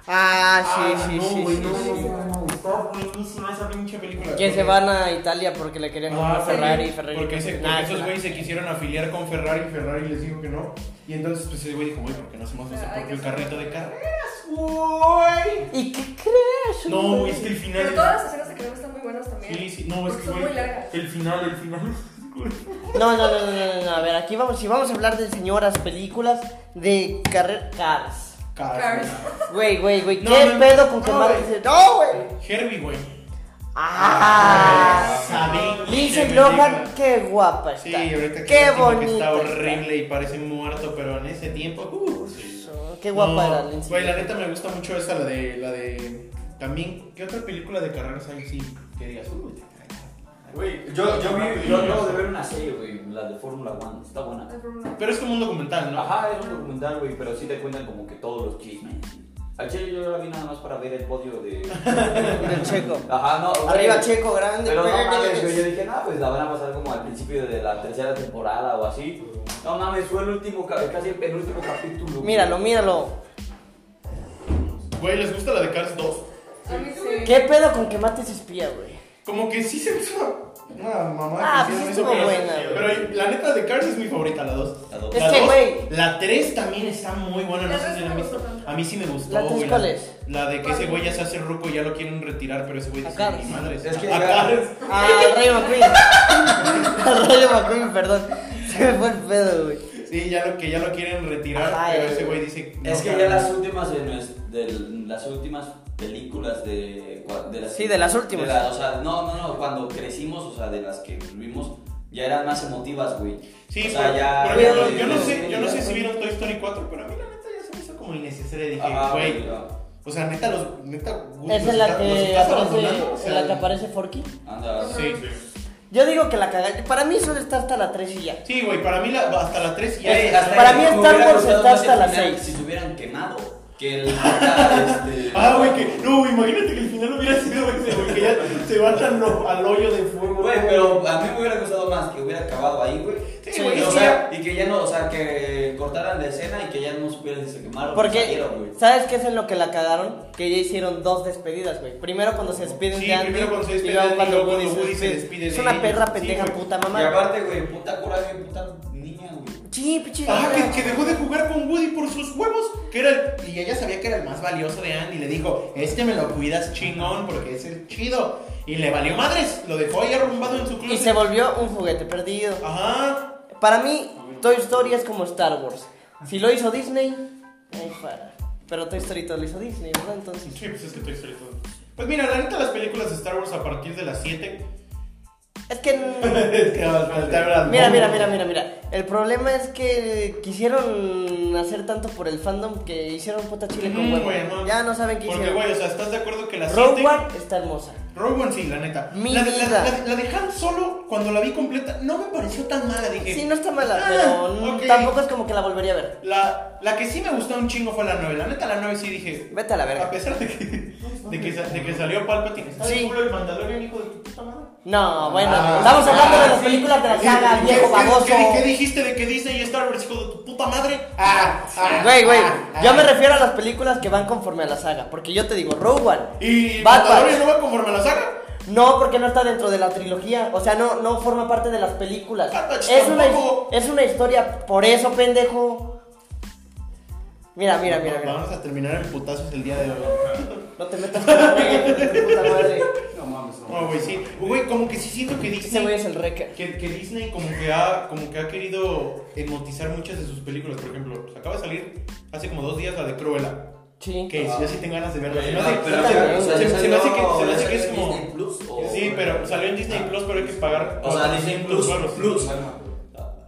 Speaker 1: Ah, sí, sí,
Speaker 2: no,
Speaker 1: sí.
Speaker 2: güey,
Speaker 1: sí,
Speaker 2: no,
Speaker 1: sí.
Speaker 2: no, no, Está buenísima esa pinche película.
Speaker 1: Que se
Speaker 2: Porque-
Speaker 1: van a Italia porque le querían
Speaker 2: Ah,
Speaker 1: comprar Ferrari,
Speaker 2: sí,
Speaker 1: Ferrari.
Speaker 2: Porque, ese- porque
Speaker 1: Nah,
Speaker 2: esos
Speaker 1: nah.
Speaker 2: güeyes se quisieron afiliar con Ferrari y Ferrari les dijo que no. Y entonces pues ese güey dijo, güey, ¿por qué no hacemos nuestro
Speaker 5: Ay,
Speaker 2: propio
Speaker 5: qué
Speaker 2: carrito de carreras, güey?
Speaker 1: ¿Y qué crees?
Speaker 2: No, güey, es que el
Speaker 5: Pero todas
Speaker 2: final...
Speaker 5: las escenas de carreras están muy buenas también.
Speaker 2: Sí, sí, no, es que
Speaker 5: Son
Speaker 2: güey,
Speaker 5: muy largas.
Speaker 2: el final, el final...
Speaker 1: No, no, no, no, no, no, no, A ver, aquí vamos, si vamos a hablar de señoras, películas, de carreras. Cars.
Speaker 5: Cars.
Speaker 1: Güey, güey, güey, ¿qué
Speaker 2: No, no, no.
Speaker 1: pedo con que
Speaker 2: No,
Speaker 1: Marvel
Speaker 2: güey.
Speaker 1: dice, No, güey.
Speaker 2: Herbie, güey.
Speaker 1: Ah.
Speaker 2: Sabe-
Speaker 1: Lindsay
Speaker 2: qué
Speaker 1: Lohan,
Speaker 2: película.
Speaker 1: qué guapa está.
Speaker 2: Sí, ahorita
Speaker 1: qué
Speaker 2: que último que
Speaker 1: bonita.
Speaker 2: está horrible y parece muerto, pero en ese tiempo... uh, sí.
Speaker 1: está. Qué guapa
Speaker 2: No,
Speaker 1: era Lindsay.
Speaker 2: Güey, la neta me gusta mucho esa, la de. La de también, ¿qué otra película de carreras hay sí, que digas? "Uy, te cagas"?
Speaker 4: Güey,
Speaker 3: Yo, yo vi, yo acabo de ver una serie, güey, la de Fórmula 1, está buena.
Speaker 5: De Fórmula
Speaker 2: Pero es como un documental, ¿no?
Speaker 3: Ajá, es un documental, güey, pero sí te cuentan como que todos los chismes. Al chile yo la vi nada más para ver el podio de... <laughs>
Speaker 1: Del Checo.
Speaker 3: Ajá, no. güey.
Speaker 1: Arriba Checo, grande.
Speaker 3: Pero no
Speaker 1: pégale.
Speaker 3: mames, güey, yo dije, nada, pues la van a pasar como al principio de la tercera temporada o así. No mames, fue el último, ca- casi el penúltimo capítulo. güey.
Speaker 1: Míralo, míralo.
Speaker 2: Güey, ¿les gusta la de Cars 2?
Speaker 5: A mí sí.
Speaker 1: ¿Qué pedo con que mates espía, güey?
Speaker 2: Como que sí se me hizo una mamá.
Speaker 1: Ah,
Speaker 2: que
Speaker 1: pues
Speaker 2: hicieron
Speaker 1: estuvo
Speaker 2: pero-
Speaker 1: buena,
Speaker 2: Pero la neta de Cars es mi favorita, la 2.
Speaker 3: La dos.
Speaker 1: Es que, güey.
Speaker 2: La 3 también está muy buena, no
Speaker 5: La
Speaker 2: sé
Speaker 5: tres
Speaker 2: si la han
Speaker 5: me
Speaker 2: visto.
Speaker 5: gustó tanto.
Speaker 2: A mí sí me gustó.
Speaker 1: ¿La tres
Speaker 2: güey,
Speaker 1: cuál es?
Speaker 2: La de que ese güey ya se hace ruco y ya lo quieren retirar, pero ese güey
Speaker 1: A
Speaker 2: dice,
Speaker 1: Cars.
Speaker 2: mi madre.
Speaker 3: Es que
Speaker 2: a
Speaker 3: ya-
Speaker 2: Cars.
Speaker 1: Ah, Rayo McQueen. A Rayo McQueen, <laughs> perdón. Se me fue el pedo, güey.
Speaker 2: Sí, ya lo, que ya lo quieren retirar,
Speaker 1: Ajá,
Speaker 2: pero
Speaker 1: eh.
Speaker 2: ese güey dice...
Speaker 3: Es
Speaker 2: "No,
Speaker 3: que ya
Speaker 2: Cars".
Speaker 3: las últimas de, nues- del- las últimas películas de, cua- de las
Speaker 1: Sí, de las últimas.
Speaker 3: de la- o sea, no, no, no, cuando crecimos, o sea, de las que vimos, ya eran más emotivas, güey.
Speaker 2: Sí, pero,
Speaker 3: o sea, ya-
Speaker 2: por ejemplo, yo no
Speaker 3: ya-
Speaker 2: sé, yo no sé
Speaker 3: ya-
Speaker 2: si vieron Toy Story 4, pero a mí la neta ya se me hizo como innecesaria. Dije,
Speaker 3: Ajá,
Speaker 2: güey,
Speaker 3: Ah, ya.
Speaker 2: o sea, neta, los, neta, güey,
Speaker 1: Es
Speaker 2: los
Speaker 1: en la
Speaker 2: está- los
Speaker 1: que
Speaker 2: estás abandonando, o
Speaker 1: aparece,
Speaker 2: sea,
Speaker 1: en la que aparece Forky.
Speaker 3: Anda,
Speaker 5: Ajá.
Speaker 2: Sí,
Speaker 1: Yo digo que la cagaste. Para mí solo está hasta la 3 y ya.
Speaker 2: sí, güey, para mí la, hasta la 3 ya
Speaker 3: Güey,
Speaker 2: es.
Speaker 3: hasta
Speaker 1: Para
Speaker 3: que
Speaker 1: mí
Speaker 3: me
Speaker 1: Star
Speaker 3: hubiera
Speaker 1: Wars
Speaker 3: gustado
Speaker 1: está
Speaker 3: más
Speaker 1: hasta
Speaker 3: el
Speaker 1: las
Speaker 3: final
Speaker 1: seis.
Speaker 3: Si se hubieran quemado, que el.
Speaker 2: <laughs>
Speaker 3: este,
Speaker 2: Ah, güey, que, no, güey, imagínate que el final hubiera sido ese, güey, que ya se va tan lo- al hoyo de fuego.
Speaker 3: Güey, pero a mí me hubiera gustado más que hubiera acabado ahí, güey.
Speaker 2: Sí, Sí, güey,
Speaker 3: o
Speaker 2: es que
Speaker 3: sea, y que ya no, o sea, que cortaran la escena y que ya no supieran si se quemaron. o
Speaker 1: Porque,
Speaker 3: salieron, güey.
Speaker 1: ¿sabes qué es en lo que la cagaron? Que ya hicieron dos despedidas, güey. Primero cuando se despiden
Speaker 2: Sí,
Speaker 1: de Andy
Speaker 2: primero cuando se
Speaker 1: y
Speaker 2: despide
Speaker 1: luego
Speaker 2: Andy,
Speaker 1: cuando
Speaker 2: luego
Speaker 1: Woody
Speaker 2: cuando
Speaker 1: se
Speaker 2: Woody se
Speaker 1: despide.
Speaker 2: despide
Speaker 1: Es
Speaker 2: de
Speaker 1: una
Speaker 2: ellos.
Speaker 1: perra
Speaker 2: Sí,
Speaker 1: pendeja
Speaker 2: güey.
Speaker 1: puta
Speaker 3: Y
Speaker 1: mamá.
Speaker 3: aparte, güey, puta coraje, puta niña, güey.
Speaker 1: Sí, pinche.
Speaker 2: Ah,
Speaker 1: vieja.
Speaker 2: que, que dejó de jugar con Woody por sus huevos, que era el- y ella sabía que era el más valioso de Andy, y le dijo, este me lo cuidas chingón porque es el chido, y le valió madres, lo dejó ahí arrumbado en su club.
Speaker 1: Y se volvió un juguete perdido.
Speaker 2: Ajá,
Speaker 1: Para mí, Toy Story es como Star Wars. Si lo hizo Disney, ahí para. Pero Toy Story todo lo hizo Disney, ¿verdad? Entonces.
Speaker 2: sí, pues es que estoy solito. Pues mira, la neta, las películas de Star Wars a partir de las 7,
Speaker 1: Es que.
Speaker 2: <laughs> es que va a faltar las
Speaker 1: Mira,
Speaker 2: bombas.
Speaker 1: mira, mira, mira, mira. El problema es que quisieron hacer tanto por el fandom que hicieron puta chile con
Speaker 2: Mm,
Speaker 1: huevo.
Speaker 2: güey, no.
Speaker 1: Ya no saben qué
Speaker 2: Porque,
Speaker 1: hicieron.
Speaker 2: güey, o sea, ¿estás de acuerdo que la
Speaker 1: Rogue
Speaker 2: 7?
Speaker 1: One está hermosa.
Speaker 2: Rogue One, sí, la neta.
Speaker 1: Mi
Speaker 2: la, la-
Speaker 1: vida.
Speaker 2: la- la de Han Solo, cuando la vi completa, no me pareció tan mala, dije.
Speaker 1: Sí, no está mala,
Speaker 2: Ah,
Speaker 1: pero n-
Speaker 2: ok.
Speaker 1: tampoco es como que la volvería a ver.
Speaker 2: La, la que sí me gustó un chingo fue la 9. La neta, la 9 sí dije.
Speaker 1: Vete a la
Speaker 2: A
Speaker 1: verga.
Speaker 2: pesar de que, de que, sa- de que salió Palpatine, está
Speaker 1: Sí.
Speaker 2: de culo el Mandalorian, hijo de tu puta madre.
Speaker 1: No, bueno,
Speaker 2: Ah,
Speaker 1: estamos hablando de
Speaker 2: ah,
Speaker 1: las
Speaker 2: sí.
Speaker 1: películas de la
Speaker 2: Sí,
Speaker 1: saga,
Speaker 2: ¿qué-
Speaker 1: viejo
Speaker 2: qué-
Speaker 1: baboso.
Speaker 2: ¿qué, qué dijiste de que Disney y Star Wars, hijo de tu puta madre? Ah, ah,
Speaker 1: Güey, güey,
Speaker 2: ah,
Speaker 1: yo
Speaker 2: ah.
Speaker 1: me refiero a las películas que van conforme a la saga, porque yo te digo, Rogue One.
Speaker 2: ¿Y
Speaker 1: Bad
Speaker 2: Mandalorian
Speaker 1: Batch.
Speaker 2: no va conforme a la saga?
Speaker 1: No, porque no está dentro de la trilogía, o sea, no, no forma parte de las películas.
Speaker 2: Bad Batch
Speaker 1: Es una,
Speaker 2: Ah, tampoco.
Speaker 1: es una historia, por eso, pendejo. Mira, mira, mira, mira.
Speaker 2: Vamos a terminar en putazos el día de hoy.
Speaker 1: No te metas con el puta madre.
Speaker 4: No mames, no.
Speaker 2: No, güey, sí. Güey, como que sí siento que
Speaker 1: Ese Este güey
Speaker 2: Disney.
Speaker 1: es el reca.
Speaker 2: Que, que Disney como que, ha, como que ha querido emotizar muchas de sus películas. Por ejemplo, pues, acaba de salir hace como dos días la de Cruella.
Speaker 1: Sí.
Speaker 2: Que yo sí tengo ganas de verla. Se me
Speaker 3: Ah,
Speaker 2: hace-
Speaker 3: pero,
Speaker 1: sí,
Speaker 3: ya, o sea,
Speaker 2: se-
Speaker 3: ya
Speaker 2: se- se me hace que-
Speaker 3: salió-
Speaker 2: se me
Speaker 3: ya
Speaker 2: hace que es
Speaker 3: salió
Speaker 2: como-
Speaker 3: Disney Plus, o-
Speaker 2: Sí, pero salió en Disney Plus, pero hay que pagar.
Speaker 3: O sea, Disney Plus,
Speaker 2: Bueno, sí.
Speaker 3: Plus.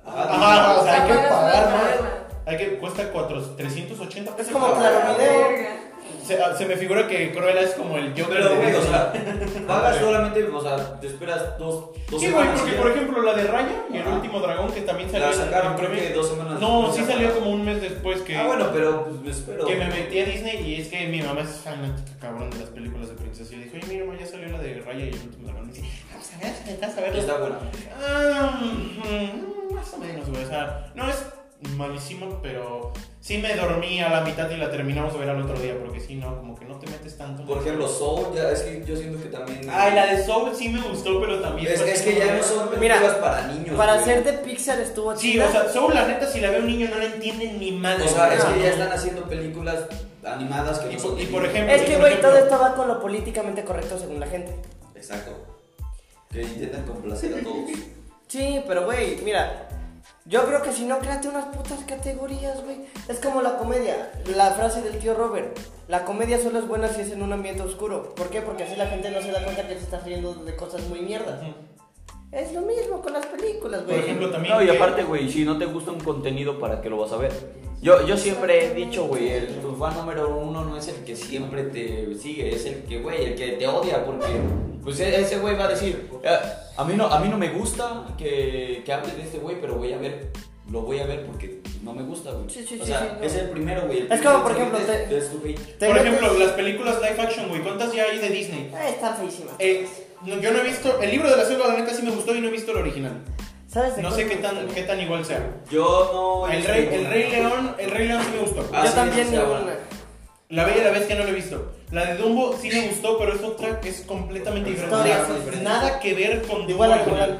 Speaker 3: Ah,
Speaker 2: Ajá, o sea, hay que
Speaker 5: Pagas una
Speaker 2: pagar más.
Speaker 5: cadena.
Speaker 2: Hay que cuesta 4, 380 pesos.
Speaker 1: Es como
Speaker 2: Ah,
Speaker 1: Claro Video.
Speaker 2: Se, ah, se me figura que Cruella es como el Joker
Speaker 3: Pero,
Speaker 2: de
Speaker 3: güey, o
Speaker 2: Disney. <laughs>
Speaker 3: sea, pagas solamente, o sea, te esperas dos, dos
Speaker 2: Sí, güey,
Speaker 3: semanas
Speaker 2: porque
Speaker 3: y ya.
Speaker 2: por ejemplo la de Raya y el
Speaker 3: Ajá.
Speaker 2: último dragón que también salió
Speaker 3: La
Speaker 2: en-
Speaker 3: sacaron,
Speaker 2: en
Speaker 3: creo
Speaker 2: premio.
Speaker 3: que dos semanas
Speaker 2: No, sí
Speaker 3: después.
Speaker 2: salió como un mes después que.
Speaker 3: Ah, bueno, pero pues me espero.
Speaker 2: Que me metí a Disney y es que mi mamá es fanática cabrón de las películas de princesas. Y dijo, oye, mira, mamá, ya salió la de Raya y el último dragón. Y dije, vamos a ver, ¿estás a verla.
Speaker 3: Está buena.
Speaker 2: Ah, mm, más o menos, güey. O sea, no es malísimo, pero sí me dormí a la mitad y la terminamos de ver al otro día. Porque si no, como que no te metes tanto.
Speaker 3: Por ejemplo, Soul, ya es que yo siento que también.
Speaker 2: Ay, la de Soul sí me gustó, pero también.
Speaker 3: Es,
Speaker 2: fue
Speaker 3: es
Speaker 2: así
Speaker 3: que
Speaker 2: como
Speaker 3: ya
Speaker 2: de-
Speaker 3: no son
Speaker 1: Mira,
Speaker 3: películas para niños.
Speaker 1: Para
Speaker 3: güey.
Speaker 1: ser de Pixar estuvo
Speaker 2: Sí,
Speaker 1: chido.
Speaker 2: o sea, Soul, la neta, si la ve un niño no la entienden ni madre. Ah,
Speaker 3: O sea, es
Speaker 1: No.
Speaker 3: que ya están haciendo películas animadas que
Speaker 2: Y
Speaker 3: no
Speaker 2: por-
Speaker 3: son.
Speaker 2: y
Speaker 3: de
Speaker 2: por
Speaker 3: niños.
Speaker 2: ejemplo-
Speaker 1: es que,
Speaker 2: por
Speaker 1: güey,
Speaker 2: ejemplo-
Speaker 1: todo esto va con lo políticamente correcto según la gente.
Speaker 3: Exacto. Que intentan complacer a todos.
Speaker 1: Sí, pero güey, mira, yo creo que si no, créate unas putas categorías, güey. Es como la comedia, la frase del tío Robert. La comedia solo es buena si es en un ambiente oscuro. ¿Por qué? Porque así la gente no se da cuenta que se está riendo de cosas muy mierdas.
Speaker 2: Ujú.
Speaker 1: Es lo mismo con las películas,
Speaker 2: Por
Speaker 1: güey.
Speaker 2: ejemplo, también.
Speaker 6: No, y
Speaker 2: que-
Speaker 6: aparte, güey, si no te gusta un contenido, ¿para qué lo vas a ver? Yo, yo siempre he dicho,
Speaker 3: Güey,
Speaker 6: güey, el-
Speaker 3: el, tu fan número uno no es el que siempre te sigue, es el que, güey, el que te odia, porque pues e- ese güey va a decir, "Eh, a mí no, a mí no me gusta que, que hable de este güey, pero voy a ver, lo voy a ver porque no me gusta, güey.
Speaker 1: Sí, sí,
Speaker 3: o
Speaker 1: sí,
Speaker 3: sea,
Speaker 1: sí, no.
Speaker 3: es el primero, güey. el
Speaker 1: Es como,
Speaker 3: primero
Speaker 1: por
Speaker 3: que
Speaker 1: ejemplo,
Speaker 3: ves
Speaker 1: te-
Speaker 3: de este güey.
Speaker 1: Te
Speaker 2: Por
Speaker 1: metes-
Speaker 2: ejemplo, las películas live action, güey, ¿cuántas ya hay de Disney?
Speaker 1: Ah, están feísimas.
Speaker 2: Eh, no, yo no he visto. El libro de la selva, la neta, sí me gustó y no he visto el original.
Speaker 1: ¿Sabes de
Speaker 2: No
Speaker 1: qué
Speaker 2: sé
Speaker 1: me
Speaker 2: qué
Speaker 1: gusta,
Speaker 2: tan,
Speaker 1: güey?
Speaker 2: qué tan igual sea.
Speaker 3: Yo no... este,
Speaker 2: El Rey, el Rey León, el Rey León sí me gustó.
Speaker 3: Ah,
Speaker 1: Yo
Speaker 3: sí,
Speaker 1: también
Speaker 3: sí,
Speaker 1: ni
Speaker 3: ahora.
Speaker 1: una.
Speaker 2: La Bella y la Bestia no la he visto. La de Dumbo sí me gustó, pero es otra que es completamente diferente.
Speaker 1: Historia.
Speaker 2: Nada- Nada que ver con
Speaker 1: Igual a la de
Speaker 2: Dumbo.
Speaker 1: Mulan.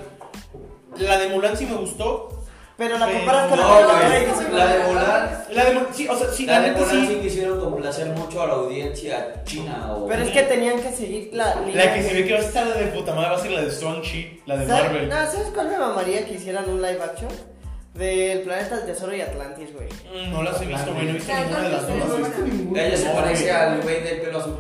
Speaker 2: La de Mulan sí me gustó.
Speaker 1: Pero la
Speaker 2: Pero
Speaker 1: comparas con
Speaker 3: No,
Speaker 1: la de
Speaker 3: güey,
Speaker 1: Rey.
Speaker 3: la de volar...
Speaker 2: La de Mul- sí, o sea, sí, la,
Speaker 3: La de
Speaker 2: neta
Speaker 3: volar sí
Speaker 2: sí.
Speaker 3: quisieron complacer mucho a la audiencia china o...
Speaker 1: Pero es que tenían que seguir la
Speaker 2: La que se ve que va a estar de puta madre va a ser la de Shang-Chi, la de
Speaker 1: ¿Sabes?
Speaker 2: Marvel.
Speaker 1: No, ¿sabes cuál me mamaría que hicieran un live action? Del planeta del tesoro y Atlantis, güey.
Speaker 2: Mm, No las he visto, güey, no he visto ninguna de las
Speaker 5: No,
Speaker 2: dos.
Speaker 5: no, no.
Speaker 3: Ella se
Speaker 2: No,
Speaker 3: parece
Speaker 2: güey.
Speaker 3: al güey del pelo azul.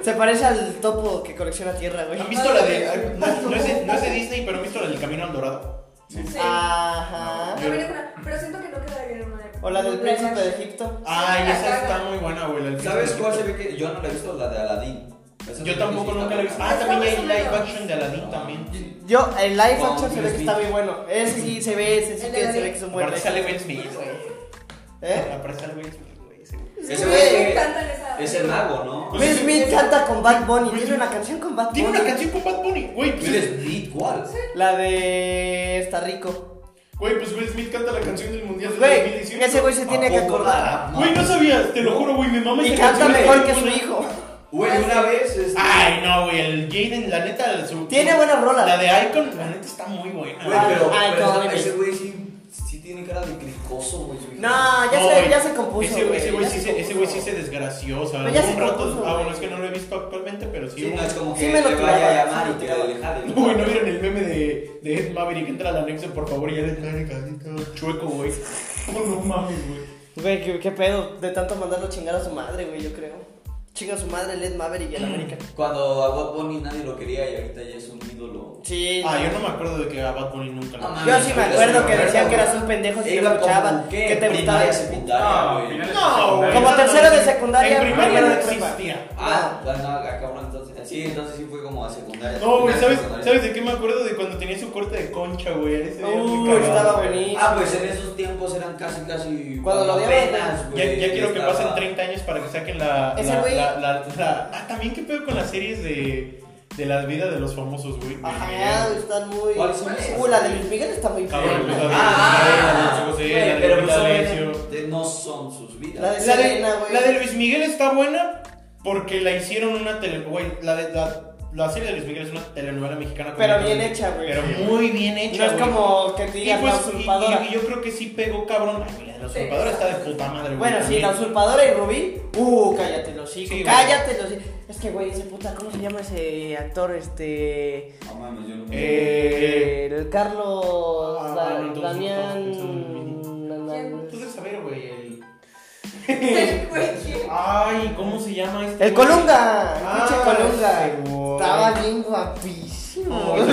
Speaker 1: <laughs> Se parece al topo que colecciona tierra, güey.
Speaker 2: ¿Han visto la de.? No, no es de, no es de Disney, pero ¿han visto la del Camino al Dorado?
Speaker 5: Sí.
Speaker 1: Ajá.
Speaker 5: También es una- Pero siento que no quedaría bien en una.
Speaker 1: O la del
Speaker 5: en una
Speaker 1: príncipe de
Speaker 5: live action.
Speaker 1: Egipto.
Speaker 2: Ay, esa está muy buena, güey. la del
Speaker 3: ¿Sabes
Speaker 2: príncipe
Speaker 3: cuál se
Speaker 2: de
Speaker 3: ve que.? Yo no la he visto, la de Aladdin. Esa
Speaker 2: Yo
Speaker 3: sí
Speaker 2: tampoco
Speaker 3: está
Speaker 2: nunca la he visto.
Speaker 3: buena.
Speaker 2: Ah, también hay
Speaker 5: Ah,
Speaker 2: live
Speaker 5: está
Speaker 2: action de Aladdin también.
Speaker 1: Yo, el live
Speaker 3: Con
Speaker 1: action se ve que
Speaker 3: Will
Speaker 1: está muy bueno. Ese sí se ve, ese sí
Speaker 5: El
Speaker 1: que se
Speaker 5: de
Speaker 1: ve
Speaker 5: la-
Speaker 1: que es un buen
Speaker 2: Aparte
Speaker 1: live
Speaker 2: sale Will
Speaker 1: action.
Speaker 2: Smith, güey.
Speaker 1: ¿Eh?
Speaker 2: Aparte sale Will Smith, güey. ese güey.
Speaker 5: Es
Speaker 3: Ese
Speaker 5: que
Speaker 3: güey-
Speaker 5: me encantan esas.
Speaker 3: Es el mago, ¿no?
Speaker 1: Will Smith canta con Bad Bunny. Tiene una canción con Bad
Speaker 2: Tiene
Speaker 1: Bunny.
Speaker 2: una canción con Bad Bunny, güey. Pues,
Speaker 3: Will Smith, ¿cuál?
Speaker 1: La de. Está rico.
Speaker 2: Güey, pues Will Smith canta la canción del Mundial del
Speaker 1: Güey,
Speaker 2: 2018.
Speaker 1: ese güey se tiene que
Speaker 3: ¿A poco
Speaker 1: acordar.
Speaker 3: la-
Speaker 2: Güey, no sabías, te lo juro, güey, mi mamá
Speaker 1: Y
Speaker 2: esa
Speaker 1: canta
Speaker 2: canción la
Speaker 1: mejor
Speaker 2: de
Speaker 1: que
Speaker 2: Bad
Speaker 1: su
Speaker 2: Bunny.
Speaker 1: hijo.
Speaker 3: Güey, una vez. este,
Speaker 2: Ay, no, güey, el Jaden, la neta, su...
Speaker 1: Tiene buenas rolas.
Speaker 2: La de Icon, la neta, está muy buena.
Speaker 3: Güey, pero,
Speaker 1: Ay,
Speaker 3: pero
Speaker 1: no,
Speaker 3: esa-
Speaker 1: güey.
Speaker 3: ese güey sí, sí tiene cara de cricoso, güey. su hijo.
Speaker 1: No, Ah, ya,
Speaker 2: No,
Speaker 1: se,
Speaker 2: güey.
Speaker 1: ya se compuso.
Speaker 2: Ese güey, ese güey
Speaker 1: ya
Speaker 2: sí,
Speaker 1: se
Speaker 2: se- ese güey sí
Speaker 1: compuso.
Speaker 2: se desgració, o sea,
Speaker 1: Pero ya
Speaker 2: algún
Speaker 1: se
Speaker 2: rato-
Speaker 1: compuso,
Speaker 2: Ah, bueno,
Speaker 1: güey.
Speaker 2: es que no lo he visto actualmente, pero sí.
Speaker 3: Sí, no es como
Speaker 1: Sí
Speaker 3: que
Speaker 1: me lo
Speaker 3: te vaya a
Speaker 1: clavaba,
Speaker 3: llamar
Speaker 1: sí
Speaker 3: y
Speaker 1: me
Speaker 3: te
Speaker 1: lo
Speaker 3: deja
Speaker 1: clavaba.
Speaker 3: de dejar.
Speaker 2: Uy, ¿no vieron el meme de, de Ed Maverick? Entra al anexo, por favor, y Ed Maverick así todo chueco, güey. <laughs> Oh, no mames, güey.
Speaker 1: Güey, ¿qué, qué pedo. De tanto mandarlo a chingar a su madre, güey, yo creo. Chinga a su madre, Led Maverick y el América.
Speaker 3: Cuando a Bob Bunny nadie lo quería y ahorita ya es un ídolo.
Speaker 1: Sí.
Speaker 2: Ah, yo no me acuerdo de que a Bad Bunny nunca
Speaker 3: No
Speaker 2: lo...
Speaker 3: mames.
Speaker 1: Yo sí me acuerdo que decían que eras un pendejo si te
Speaker 3: Iba
Speaker 1: escuchaban.
Speaker 3: como, ¿qué?
Speaker 1: Que te gustaba.
Speaker 3: Primaria, secundaria, güey.
Speaker 4: finales de
Speaker 2: No, güey.
Speaker 4: secundaria.
Speaker 1: Como tercero de secundaria,
Speaker 2: En primaria
Speaker 1: primero
Speaker 2: no
Speaker 1: de prepa.
Speaker 2: existía.
Speaker 3: Ah, pues no, acá cabrón, entonces. Sí, entonces sí fue como a secundaria.
Speaker 2: No, güey,
Speaker 3: secundaria,
Speaker 2: ¿sabes,
Speaker 3: secundaria.
Speaker 2: ¿sabes de qué me acuerdo? De cuando tenía su corte de concha, güey. Ese era muy
Speaker 1: Uh,
Speaker 2: cagado,
Speaker 1: estaba
Speaker 2: güey.
Speaker 1: buenísimo.
Speaker 3: Ah, pues en esos tiempos eran casi, casi.
Speaker 1: Cuando lo odiaban,
Speaker 3: apenas,
Speaker 2: Ya,
Speaker 3: güey.
Speaker 2: ya quiero que
Speaker 3: estaba-
Speaker 2: pasen 30 años para que saquen la.
Speaker 1: Ese
Speaker 2: la,
Speaker 1: güey-
Speaker 2: la, la- la- Ah, también qué pedo con las series de. De las vidas de los famosos, güey.
Speaker 1: Ajá, están muy.
Speaker 3: ¿Cuáles son esas?
Speaker 1: Uh, la de Luis Miguel está muy
Speaker 2: Cabrón, pues, la
Speaker 1: fea.
Speaker 2: de-
Speaker 3: Ah,
Speaker 2: la de-
Speaker 3: güey,
Speaker 2: la de-
Speaker 3: pero pues
Speaker 2: la de-
Speaker 3: obviamente no son sus vidas.
Speaker 1: La de-
Speaker 2: La de,
Speaker 1: Selena, güey.
Speaker 2: la de Luis Miguel está buena porque la hicieron una tele. Güey, la, de- la, la serie de Luis Miguel es una telenovela mexicana.
Speaker 1: Pero
Speaker 2: completamente.
Speaker 1: bien hecha, güey.
Speaker 2: Pero muy bien
Speaker 1: No
Speaker 2: hecha.
Speaker 1: es
Speaker 2: güey.
Speaker 1: como que
Speaker 2: Y,
Speaker 1: digas
Speaker 2: pues,
Speaker 1: la
Speaker 2: y- y-
Speaker 1: usurpadora.
Speaker 2: y yo creo que sí pegó, cabrón. Ay, güey, la de la usurpadora está de puta madre, güey.
Speaker 1: Bueno, sí,
Speaker 2: también.
Speaker 1: la usurpadora y Rubí. Uh, cállate los hijos.
Speaker 2: Sí, güey.
Speaker 1: cállate los hijos. Es que, güey, ese puta, ¿cómo se llama ese actor? Este.
Speaker 3: No mames, yo no
Speaker 2: Eh.
Speaker 1: El Carlos.
Speaker 2: Ah,
Speaker 1: Da-
Speaker 2: no, entonces estamos pensando
Speaker 1: Damián. na- na-
Speaker 5: ¿Quién?
Speaker 2: Entonces, a ver, güey, el.
Speaker 5: Güey, ¿quién?
Speaker 2: Ay, ¿cómo se llama este?
Speaker 1: El
Speaker 2: güey?
Speaker 1: Colunga.
Speaker 2: Ah,
Speaker 1: pinche Colunga.
Speaker 2: ese güey.
Speaker 1: Estaba bien guapísimo. <laughs>
Speaker 2: No,
Speaker 1: güey.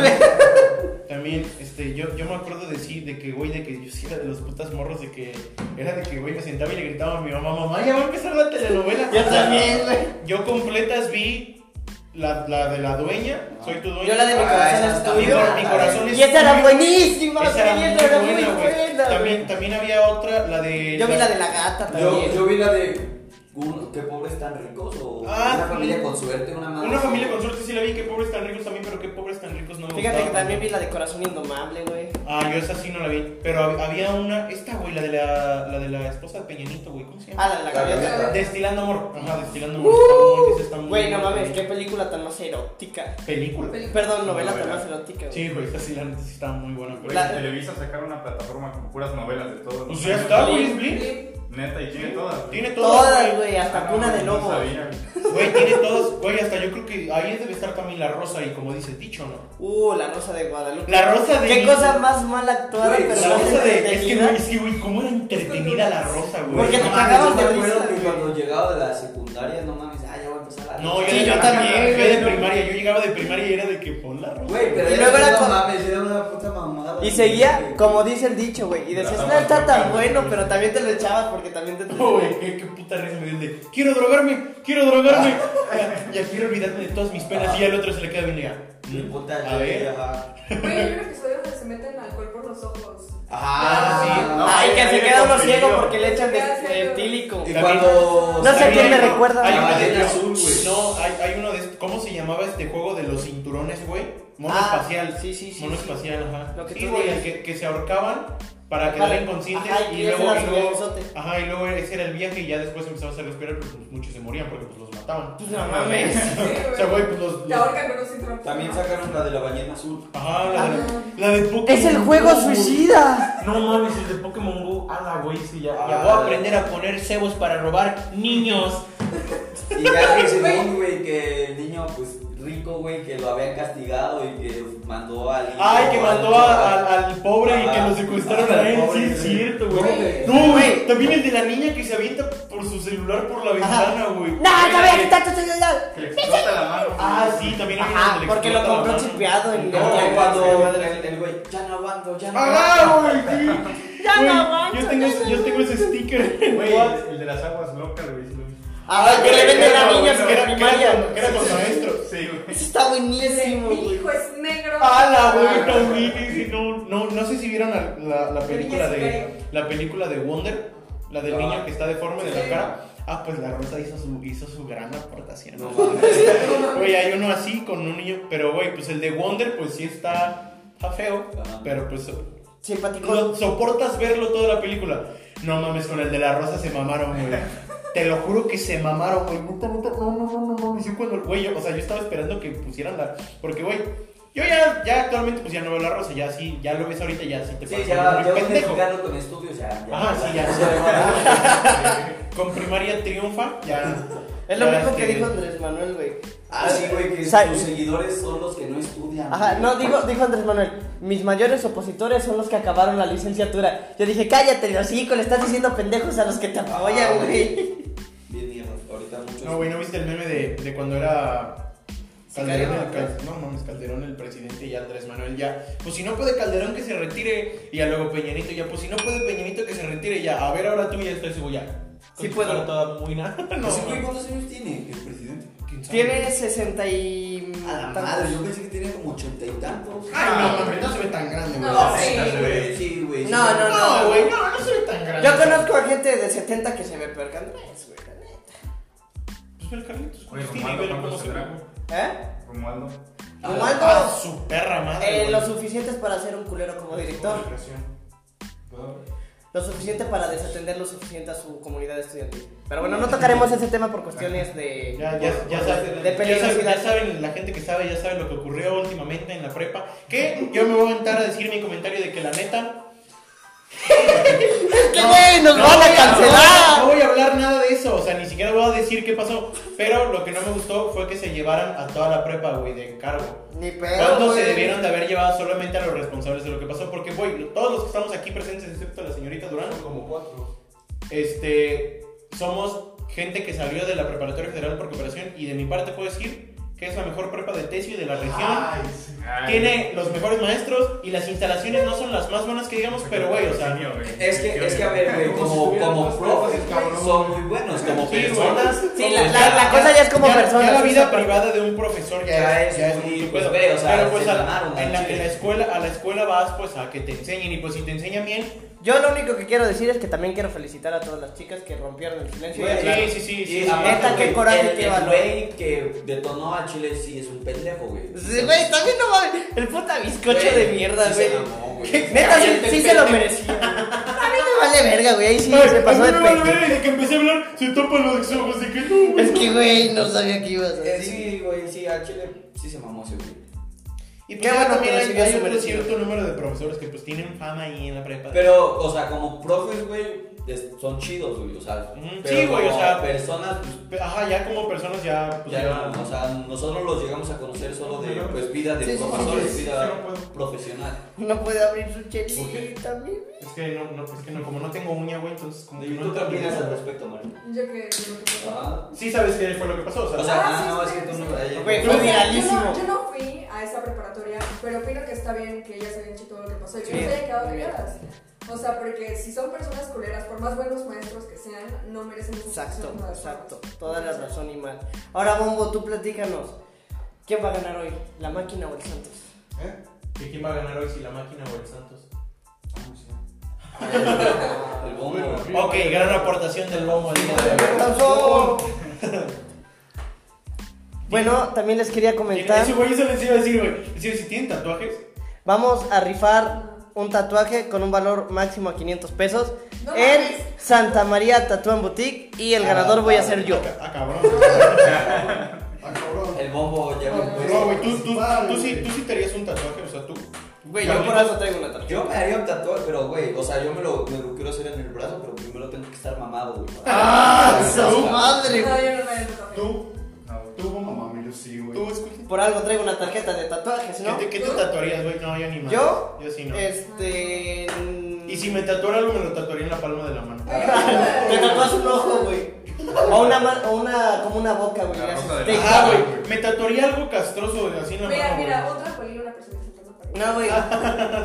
Speaker 2: También, este, yo, yo me acuerdo de sí, de que, güey, de que yo sí era de los putas morros, de que era de que, güey, me sentaba y le gritaba a mi mamá, mamá, ya va a empezar la telenovela.
Speaker 1: Yo también, güey.
Speaker 2: Yo completas vi la, la de la dueña, soy tu dueña.
Speaker 1: Yo la de mi
Speaker 3: Ah,
Speaker 1: corazón
Speaker 3: esa
Speaker 1: es
Speaker 3: está
Speaker 1: tuyo.
Speaker 3: buena,
Speaker 2: Mi corazón es
Speaker 1: Y esa era
Speaker 2: tuyo.
Speaker 1: buenísima,
Speaker 2: Esa era muy
Speaker 1: era muy
Speaker 2: buena, güey.
Speaker 1: buena.
Speaker 2: También, también había otra, la de...
Speaker 1: Yo vi la de la gata
Speaker 3: Yo,
Speaker 1: también.
Speaker 3: yo vi la de un- qué pobres tan ricos o
Speaker 2: Ah,
Speaker 3: una
Speaker 2: sí.
Speaker 3: familia con suerte, una madre.
Speaker 2: Una familia con suerte sí la vi, que pobres tan ricos también, pero que pobres tan ricos no me
Speaker 1: Fíjate que
Speaker 2: gustaba.
Speaker 1: también vi la de corazón indomable, güey.
Speaker 2: Ah, yo esa sí no la vi, pero hab- había una, esta, güey, la de la, la de la esposa de Peñanito, güey, ¿cómo se llama?
Speaker 1: Ah, la de la gaveta.
Speaker 2: Destilando amor. Ajá, destilando amor. Está muy- esa está muy
Speaker 1: ¡Uh! Güey, no
Speaker 2: buena,
Speaker 1: mames, qué película tan más erótica.
Speaker 2: Película.
Speaker 1: Perdón, novela tan
Speaker 4: Novela.
Speaker 1: más erótica, güey.
Speaker 2: Sí, güey, esta sí, la neta sí está muy buena. güey.
Speaker 4: Güey,
Speaker 1: La-
Speaker 4: Televisa sacaron una plataforma con puras novelas de todos.
Speaker 2: Pues ya está, güey, es Blink.
Speaker 5: ¿Quién?
Speaker 4: Neta, y tiene todas.
Speaker 2: Tiene todas,
Speaker 1: Todas,
Speaker 2: güey.
Speaker 1: güey, hasta
Speaker 4: una
Speaker 1: cuna de lobo.
Speaker 2: Güey, tiene todas. Güey, hasta yo creo que ahí debe estar también la rosa y como dice Ticho, ¿no?
Speaker 1: Uh, la rosa de Guadalupe.
Speaker 2: La rosa de.
Speaker 1: Qué cosa más mal actuada,
Speaker 3: Güey,
Speaker 1: pero
Speaker 2: La
Speaker 1: más
Speaker 2: rosa de. Es que,
Speaker 1: entretenida.
Speaker 2: güey, es que, güey, cómo era entretenida la rosa, güey.
Speaker 1: Porque te
Speaker 2: No
Speaker 1: cagabas
Speaker 3: Yo me
Speaker 1: de
Speaker 3: acuerdo
Speaker 1: risa,
Speaker 3: que
Speaker 1: güey.
Speaker 3: cuando llegaba de la secundaria, no mames, ah, ya voy a empezar la
Speaker 2: No, yo,
Speaker 1: Sí,
Speaker 2: de-
Speaker 1: yo
Speaker 2: yo
Speaker 1: también,
Speaker 2: de
Speaker 1: güey.
Speaker 2: primaria. Yo llegaba de primaria y era de que pon la rosa.
Speaker 3: Güey, pero
Speaker 1: Y
Speaker 3: era
Speaker 1: luego era
Speaker 3: no
Speaker 1: con-
Speaker 3: mames, era una puta mamada.
Speaker 1: Y
Speaker 3: güey.
Speaker 1: seguía, como dice el dicho, güey. Y decías, no está tan bueno, pero también te lo echabas porque también te.
Speaker 2: No, güey, qué, qué puta risa me dio el de quiero drogarme, quiero drogarme,
Speaker 3: <laughs>
Speaker 2: ya, ya quiero olvidarme de todas mis penas. Y al otro se le queda bien y ya.
Speaker 3: Mi puta
Speaker 2: A ver.
Speaker 3: ajá.
Speaker 5: Güey, hay un episodio donde se meten alcohol por los ojos.
Speaker 3: Ah,
Speaker 2: sí,
Speaker 3: no.
Speaker 1: Ay, que se
Speaker 2: Ay,
Speaker 1: queda uno
Speaker 2: qué
Speaker 1: ciego
Speaker 2: peligro.
Speaker 1: porque le echan de,
Speaker 5: Ya sé,
Speaker 1: de
Speaker 5: güey.
Speaker 1: tílico.
Speaker 3: Y
Speaker 2: También-
Speaker 3: cuando.
Speaker 1: No sé
Speaker 3: salía-
Speaker 1: quién me
Speaker 2: Hay-
Speaker 1: recuerda.
Speaker 2: Hay,
Speaker 3: La
Speaker 2: uno de-
Speaker 3: ballena azul, güey.
Speaker 2: No, hay, hay uno de estos- ¿Cómo se llamaba este juego de los cinturones, güey? Mono
Speaker 1: Ah,
Speaker 2: espacial.
Speaker 1: sí, sí, sí,
Speaker 2: Mono
Speaker 1: sí.
Speaker 2: espacial, ajá.
Speaker 1: Lo que
Speaker 2: sí,
Speaker 1: tú
Speaker 2: güey,
Speaker 1: digas.
Speaker 2: el que, que se ahorcaban para
Speaker 1: Ajá,
Speaker 2: quedar inconscientes
Speaker 1: ajá, y
Speaker 2: y,
Speaker 1: ese
Speaker 2: luego,
Speaker 1: era
Speaker 2: y
Speaker 1: su
Speaker 2: luego-
Speaker 1: viajezote.
Speaker 2: ajá, y luego ese era el viaje y ya después empezabas a respirar, pero pues, muchos se morían porque pues los mataban.
Speaker 1: Pues no mames.
Speaker 5: Sí, güey.
Speaker 2: O sea, güey, pues los.
Speaker 5: Te ahorcan con un cinturón.
Speaker 3: También sacaron la de la ballena azul.
Speaker 2: Ajá, la de,
Speaker 5: Ajá.
Speaker 2: la de Pokémon.
Speaker 1: Es el juego
Speaker 2: Go, güey.
Speaker 1: suicida.
Speaker 2: No mames, el de Pokémon Go. Ala, güey, sí, ya.
Speaker 3: Ah.
Speaker 2: Ya voy a aprender a poner cebos para robar niños.
Speaker 3: Y ya <laughs> que según, güey, que el niño, pues rico, güey, que lo habían castigado y que mandó al. hijo
Speaker 2: Ay, que
Speaker 3: al-
Speaker 2: mandó a- al, al pobre y que
Speaker 3: Ah,
Speaker 2: lo secuestraron
Speaker 3: al
Speaker 2: a él, sí,
Speaker 3: pobre,
Speaker 2: es
Speaker 3: sí.
Speaker 2: cierto, güey.
Speaker 5: Güey.
Speaker 2: No, güey, también el de la niña que se avienta por su celular por la ventana, güey.
Speaker 1: No, te voy a quitar tu celular.
Speaker 4: Que le explota la mano.
Speaker 2: Ah, sí, también hay uno
Speaker 1: Ajá,
Speaker 2: donde le
Speaker 1: porque lo
Speaker 2: explota la
Speaker 1: compró
Speaker 2: mano.
Speaker 1: chipeado en
Speaker 3: No,
Speaker 1: el
Speaker 3: cuando el el güey, ya no aguanto, ya no aguanto.
Speaker 2: Ah, güey, sí.
Speaker 1: Ya no
Speaker 2: Güey,
Speaker 1: aguanto,
Speaker 2: Yo tengo,
Speaker 1: ya no
Speaker 2: yo tengo ese sticker.
Speaker 4: Güey, el de las aguas locas, güey. sí lo vi.
Speaker 1: Ahora Ah, que le venden a
Speaker 4: Era
Speaker 1: niños
Speaker 4: bueno,
Speaker 1: que
Speaker 4: era-
Speaker 1: era primaria.
Speaker 2: con- que era con maestro.
Speaker 4: Sí, güey.
Speaker 2: Pues
Speaker 1: Eso Está
Speaker 5: Dice,
Speaker 1: buenísimo,
Speaker 5: Mi
Speaker 1: güey.
Speaker 5: hijo es negro.
Speaker 2: Ala, güey, también, sí, Ah, no, no, no sé si vieron la, la- la película
Speaker 5: Niña
Speaker 2: de
Speaker 5: sicario.
Speaker 2: la película de Wonder, la del
Speaker 3: Ah.
Speaker 2: niño que está deforme de la
Speaker 5: Sí.
Speaker 2: cara. Ah, pues la Rosa hizo su, hizo su gran aportación.
Speaker 3: No mames.
Speaker 2: Güey, hay uno así con un niño, pero güey, pues el de Wonder, pues sí está, está feo,
Speaker 3: Ajá.
Speaker 2: pero pues
Speaker 1: Simpático.
Speaker 2: lo- soportas verlo toda la película. No mames, con el de la rosa se mamaron, güey. Te lo juro que se mamaron, güey. Neta, neta, no, no, no, no, no. Y sí, cuando, güey, yo- o sea, yo estaba esperando que pusieran la. Porque, güey, yo ya, ya actualmente, pues ya no veo la rosa, ya sí, ya lo ves ahorita, ya sí te
Speaker 3: Sí,
Speaker 2: parece
Speaker 3: ya,
Speaker 2: muy
Speaker 3: ya un
Speaker 2: pendejo.
Speaker 3: mexicano con estudios, ya. ya
Speaker 2: Ajá, sí, ya,
Speaker 3: ya.
Speaker 2: <laughs> Con primaria triunfa, ya.
Speaker 1: Es lo
Speaker 2: ya,
Speaker 1: mismo que
Speaker 2: este,
Speaker 1: dijo Andrés Manuel, güey.
Speaker 3: Ah, sí, güey, que
Speaker 1: Sa-
Speaker 3: tus seguidores son los que no estudian.
Speaker 1: Ajá,
Speaker 3: güey.
Speaker 1: no, dijo, dijo Andrés Manuel, mis mayores opositores son los que acabaron la licenciatura. Yo dije, cállate, los le estás diciendo pendejos a los que te apoyan, Ah, güey.
Speaker 3: Bien, mierda. Ahorita muchos.
Speaker 2: No, güey, ¿no viste el meme de, de cuando era Calderón? el cal- no, mames, Calderón el presidente y Andrés Manuel ya. Pues si no puede Calderón que se retire y ya luego Peñanito ya. Pues si no puede Peñanito que se retire ya. A ver, ahora tú ya estoy seguro ya.
Speaker 1: Sí
Speaker 2: Con tu
Speaker 1: puedo.
Speaker 2: cara toda muy <laughs> nada. No,
Speaker 3: Ese güey,
Speaker 2: güey.
Speaker 3: ¿Cuántos años tiene el presidente?
Speaker 2: ¿Quién sabe?
Speaker 1: Tiene 60 y...
Speaker 3: A la
Speaker 1: tantos.
Speaker 3: madre, yo pensé que tenía como ochenta y tantos.
Speaker 2: Ay,
Speaker 1: Ah.
Speaker 2: no, mames, no se ve tan grande, Ah, güey.
Speaker 5: No, sí.
Speaker 3: Sí, güey.
Speaker 1: No, no,
Speaker 2: No, güey, no, no se ve tan grande.
Speaker 1: Yo conozco a gente de 70 que se ve peor que Andrés, güey, la neta.
Speaker 2: Pues ve el Carlitos.
Speaker 4: Oye,
Speaker 2: ¿cuántos tiene?
Speaker 4: Romualdo,
Speaker 2: Velo
Speaker 4: ¿cuánto
Speaker 2: cómo se ve.
Speaker 4: tendrá?
Speaker 1: ¿Eh?
Speaker 4: Romualdo.
Speaker 1: Romualdo,
Speaker 2: Ah, su perra madre.
Speaker 1: eh,
Speaker 2: güey.
Speaker 1: lo suficientes para ser un culero como director,
Speaker 4: ¿Puedo?
Speaker 1: lo suficiente para desatender lo suficiente a su comunidad estudiantil. Pero bueno, no tocaremos ese tema por cuestiones de...
Speaker 2: Ya, ya, ya, saben,
Speaker 1: De
Speaker 2: ya
Speaker 1: peligrosidad.
Speaker 2: saben- ya saben, la gente que sabe, ya sabe lo que ocurrió últimamente en la prepa. Que yo me voy a aventar a decir mi comentario de que la neta.
Speaker 1: ¡Qué güey! ¡Nos
Speaker 2: no
Speaker 1: van
Speaker 2: voy
Speaker 1: a cancelar!
Speaker 2: No voy a hablar nada de eso, o sea, ni siquiera voy a decir qué pasó. Pero lo que no me gustó fue que se llevaran a toda la prepa, güey, de encargo.
Speaker 1: Ni pedo,
Speaker 2: Cuando se
Speaker 1: Ah, güey.
Speaker 2: debieron de haber llevado solamente a los responsables de lo que pasó, porque, güey, todos los que estamos aquí presentes, excepto la señorita Durán,
Speaker 4: Como cuatro.
Speaker 2: este, somos gente que salió de la Preparatoria Federal por Cooperación y de mi parte puedo decir que es la mejor prepa de Tesio de la región. Tiene los mejores maestros y las instalaciones no son las más buenas que digamos, pero güey, o sea,
Speaker 3: Es que, es que a ver, güey, como, como profes, güey, son muy buenos, como
Speaker 2: Sí, güey.
Speaker 3: personas.
Speaker 1: Sí, la, la- la cosa ya es como
Speaker 2: ya,
Speaker 1: persona.
Speaker 2: ya la
Speaker 1: sí,
Speaker 2: vida
Speaker 1: sí.
Speaker 2: privada de un profesor ya,
Speaker 3: Ya
Speaker 2: es,
Speaker 3: es
Speaker 2: ya es
Speaker 3: muy,
Speaker 2: mucho
Speaker 3: pues,
Speaker 2: pedo.
Speaker 3: ve, o sea,
Speaker 2: pero pues
Speaker 3: se
Speaker 2: a la,
Speaker 3: mamaron,
Speaker 2: en, la,
Speaker 3: chile.
Speaker 2: en la escuela, a la escuela vas pues a que te enseñen y pues si te enseñan bien,
Speaker 1: Yo lo único que quiero decir es que también quiero felicitar a todas las chicas que rompieron el silencio.
Speaker 3: Güey,
Speaker 1: Y-
Speaker 3: claro.
Speaker 2: sí, sí, sí,
Speaker 3: Y
Speaker 2: sí, sí.
Speaker 3: aparte,
Speaker 1: Neta, qué
Speaker 3: güey,
Speaker 1: coraje,
Speaker 3: el-
Speaker 1: qué
Speaker 3: el
Speaker 1: valor.
Speaker 3: güey que detonó a Chile sí es un pendejo, güey.
Speaker 1: Sí, Güey, también no mames. El puta bizcocho
Speaker 3: Güey,
Speaker 1: de mierda,
Speaker 3: sí
Speaker 1: güey.
Speaker 3: se mamó,
Speaker 1: <laughs>
Speaker 3: güey.
Speaker 1: Neta, sí,
Speaker 3: Cállate,
Speaker 1: sí se lo
Speaker 3: pendejo.
Speaker 1: merecía. güey. A mí me vale verga, güey. Ahí sí
Speaker 2: Ay,
Speaker 1: se
Speaker 2: a
Speaker 1: pasó
Speaker 2: mí
Speaker 1: de
Speaker 2: me vale
Speaker 1: pendejo.
Speaker 2: ver, desde que empecé a hablar, se topan los ojos de que no, güey.
Speaker 1: Es que, güey, no sabía que ibas a
Speaker 3: Eh,
Speaker 1: decir.
Speaker 3: Sí, güey, sí, a Chile sí se mamó ese güey.
Speaker 2: Y
Speaker 1: Qué
Speaker 2: pues ya
Speaker 1: bueno
Speaker 2: también
Speaker 1: que
Speaker 2: hay,
Speaker 1: recibió
Speaker 2: hay
Speaker 1: su
Speaker 2: un
Speaker 1: merecido.
Speaker 2: cierto número de profesores que pues tienen fama ahí en la prepa.
Speaker 3: Pero, o sea, como profes, güey, es- son chidos, güey, o sea.
Speaker 2: Ujú.
Speaker 3: pero
Speaker 2: Sí, güey, o
Speaker 3: como
Speaker 2: sea,
Speaker 3: Personas, pues,
Speaker 2: Pe- Ajá, ya como personas ya... pues,
Speaker 3: ya,
Speaker 2: ya-
Speaker 3: o sea, nosotros los llegamos a conocer solo de,
Speaker 4: Ujú.
Speaker 3: pues, vida de
Speaker 1: Sí, sí, sí,
Speaker 3: profesores,
Speaker 4: sí, sí,
Speaker 3: vida
Speaker 4: sí, no puedo.
Speaker 3: profesional.
Speaker 1: No puede abrir su
Speaker 3: ¿Por qué?
Speaker 1: chelita, mi.
Speaker 2: Es que no, no, es que no, como no tengo uña, güey, entonces como que
Speaker 3: ¿Y
Speaker 2: no
Speaker 3: tú qué opinas al
Speaker 2: entiendo.
Speaker 3: respecto, Marina?
Speaker 5: Yo que lo que pasó.
Speaker 3: Ah,
Speaker 2: Sí sabes qué fue lo que pasó, o sea,
Speaker 3: O sea,
Speaker 5: Ah,
Speaker 3: ah,
Speaker 5: sí,
Speaker 3: no, es
Speaker 5: sí,
Speaker 3: que tú
Speaker 5: sí.
Speaker 3: no ahí-
Speaker 1: Güey,
Speaker 5: O
Speaker 1: fue
Speaker 5: sea,
Speaker 1: viralísimo.
Speaker 5: Yo no, yo no fui a esa preparatoria, pero opino que está bien que ellas hayan hecho todo lo que pasó y que
Speaker 1: Sí.
Speaker 5: no se hayan quedado calladas. O sea, porque si son personas culeras, por más buenos maestros que sean, no merecen esa
Speaker 1: Exacto,
Speaker 5: situación como las
Speaker 1: exacto.
Speaker 5: formas.
Speaker 1: Toda la razón y mal. Ahora, Bombo, tú platícanos. ¿Quién va a ganar hoy? ¿La máquina o el Santos?
Speaker 4: ¿Eh?
Speaker 2: ¿que quién va a ganar hoy si la máquina o el Santos?
Speaker 3: El bombo.
Speaker 2: Ok, gran aportación del bombo al día de hoy.
Speaker 1: ¡Santos! <laughs> Bueno, también les quería comentar.
Speaker 2: Ese güey eso les iba a decir, güey. Les iba a decir, ¿tienen tatuajes?
Speaker 1: Vamos a rifar un tatuaje con un valor máximo a 500 pesos
Speaker 5: No
Speaker 1: en
Speaker 5: mames.
Speaker 1: Santa María Tattoo and Boutique y el ganador voy a ser yo.
Speaker 2: Ah, cabrón.
Speaker 3: El bombo ya me
Speaker 2: No, güey, tú, tú, tú, sí, tú sí te harías un tatuaje, o sea, tú.
Speaker 1: Güey,
Speaker 2: yo por
Speaker 1: eso traigo una tatuaje.
Speaker 3: Yo me haría un tatuaje, pero güey, o sea, yo me lo, me lo quiero hacer en el brazo, pero primero tengo que estar mamado, güey. <laughs>
Speaker 1: ¡Ah, su
Speaker 3: Está-
Speaker 1: madre!
Speaker 5: No,
Speaker 1: güey.
Speaker 5: yo no me lo toqué.
Speaker 2: Tú,
Speaker 4: No,
Speaker 2: tú,
Speaker 7: No
Speaker 2: bombo.
Speaker 7: mames, yo sí, güey.
Speaker 2: Tú, escucha.
Speaker 1: Por algo traigo una tarjeta de tatuajes,
Speaker 2: ¿Qué
Speaker 1: ¿no?
Speaker 2: te, qué te tatuarías, güey? No, yo ni más.
Speaker 1: ¿Yo? Eh,
Speaker 2: Yo sí no.
Speaker 1: Este...
Speaker 2: Y si me tatuara algo, me lo tatuaría en la palma de la mano.
Speaker 1: Ah, Te tatuas un ojo, güey. O una, ma- o una... como una boca, güey.
Speaker 4: La
Speaker 1: así.
Speaker 4: boca de
Speaker 1: Te-
Speaker 2: Ah, güey, me tatuaría algo castroso, güey, así en la
Speaker 5: Mira,
Speaker 2: mano, güey.
Speaker 5: mira, otra poli, una persona sentando para
Speaker 1: No, güey.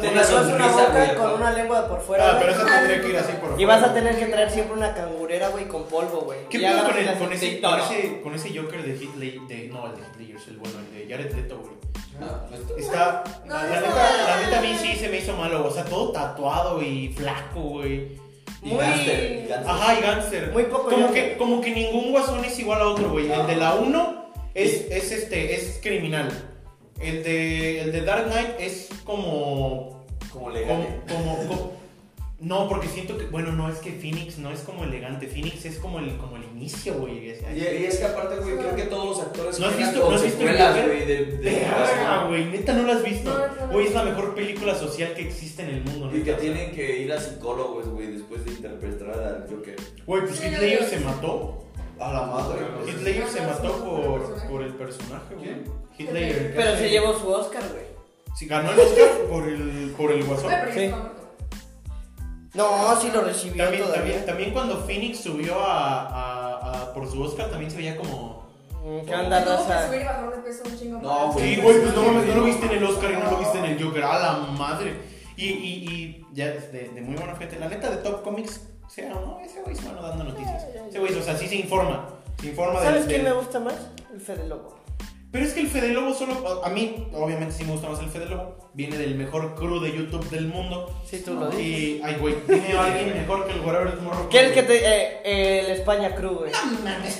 Speaker 1: Te
Speaker 3: Tenía
Speaker 1: tatuas una
Speaker 3: sonrisa,
Speaker 1: boca
Speaker 3: güey,
Speaker 1: con
Speaker 3: ¿no?
Speaker 1: una lengua por fuera.
Speaker 2: Ah, pero
Speaker 1: güey.
Speaker 2: esa tendría que ir así por
Speaker 1: Y vas a
Speaker 2: fuera.
Speaker 1: tener que traer siempre una cangurera, güey, con polvo, güey.
Speaker 2: ¿Qué
Speaker 1: Y
Speaker 2: pedo con,
Speaker 1: agarras
Speaker 2: el,
Speaker 1: las-
Speaker 2: con, ese,
Speaker 1: Sí,
Speaker 2: con,
Speaker 1: no, no.
Speaker 2: ese, con ese Joker de Heath Led- de No, el de Heath Ledger es el bueno, el de Jared Leto, güey.
Speaker 3: Ah, pues,
Speaker 2: Está.
Speaker 5: No,
Speaker 2: la,
Speaker 5: no,
Speaker 2: la
Speaker 5: no.
Speaker 2: neta, la neta a mí sí se me hizo malo, o sea, todo tatuado y flaco, güey.
Speaker 3: Y
Speaker 2: Muy-
Speaker 3: gánster, y gánster.
Speaker 2: Ajá, y gánster.
Speaker 1: Muy poco
Speaker 2: Como
Speaker 1: yo-
Speaker 2: que, como que ningún guasón es igual a otro, güey. El de la 1 es,
Speaker 3: Sí.
Speaker 2: es, este, es criminal. El de, el de Dark Knight es como,
Speaker 3: Como
Speaker 2: como,
Speaker 3: legal. eh.
Speaker 2: como- como- No, porque siento que... Bueno, no, es que Phoenix no es como elegante. Phoenix es como el, como el inicio, güey. Es-
Speaker 3: Y, y es que aparte, güey, creo que todos los actores
Speaker 2: ¿No has
Speaker 3: juegan
Speaker 2: visto-
Speaker 3: con
Speaker 2: no has visto
Speaker 3: secuelas,
Speaker 2: Joker?
Speaker 3: güey, de, de-
Speaker 2: Verga, güey. Neta, no la has visto.
Speaker 5: No, no la
Speaker 2: Güey,
Speaker 5: he
Speaker 2: es la mejor película social que existe en el mundo,
Speaker 3: Y que
Speaker 2: neta.
Speaker 3: tienen que ir a psicólogos, güey, después de interpretar al Joker.
Speaker 2: Güey, pues
Speaker 5: Sí,
Speaker 2: Heath
Speaker 5: ya
Speaker 2: Ledger
Speaker 5: vi.
Speaker 2: se mató.
Speaker 3: A la madre.
Speaker 4: pues.
Speaker 2: Heath Ledger se
Speaker 5: Ah, sí,
Speaker 2: mató
Speaker 5: sí,
Speaker 2: por,
Speaker 5: sí.
Speaker 2: por el personaje, güey.
Speaker 4: ¿Quién?
Speaker 2: Heath Ledger.
Speaker 1: Pero se llevó su Oscar, güey.
Speaker 2: Si ganó el Oscar por el, por el guasón.
Speaker 5: Bueno, pero ya
Speaker 1: Sí.
Speaker 5: está muerto.
Speaker 1: No, sí lo recibió
Speaker 2: También, también,
Speaker 1: todavía.
Speaker 2: también cuando Phoenix subió a, a- a- por su Oscar, también se veía como.
Speaker 1: Mm, ¿Qué onda,
Speaker 5: Tuvo que
Speaker 1: raza?
Speaker 5: subir y bajar de peso un chingo.
Speaker 3: No,
Speaker 5: para-
Speaker 3: güey.
Speaker 2: Sí, güey, pues no mames, no lo viste en el Oscar y no lo viste en el Joker. A la madre. Y, y, y ya de, de muy buena gente. La neta de Top Comics, sea o no, ese güey se va dando noticias. Ese güey, o sea, sí se informa. Se informa de-
Speaker 1: ¿Sabes
Speaker 2: de-
Speaker 1: quién me gusta más? El Fede Lobo.
Speaker 2: Pero es que el Fede Lobo solo. A mí, obviamente, sí me gusta más el Fede Lobo. Viene del mejor crew de YouTube del mundo.
Speaker 1: Sí, tú lo dices.
Speaker 2: Y, ay, güey, dime a alguien mejor que el Whatever Tomorrow.
Speaker 1: ¿Qué el que te. eh, eh, el España Crew, güey?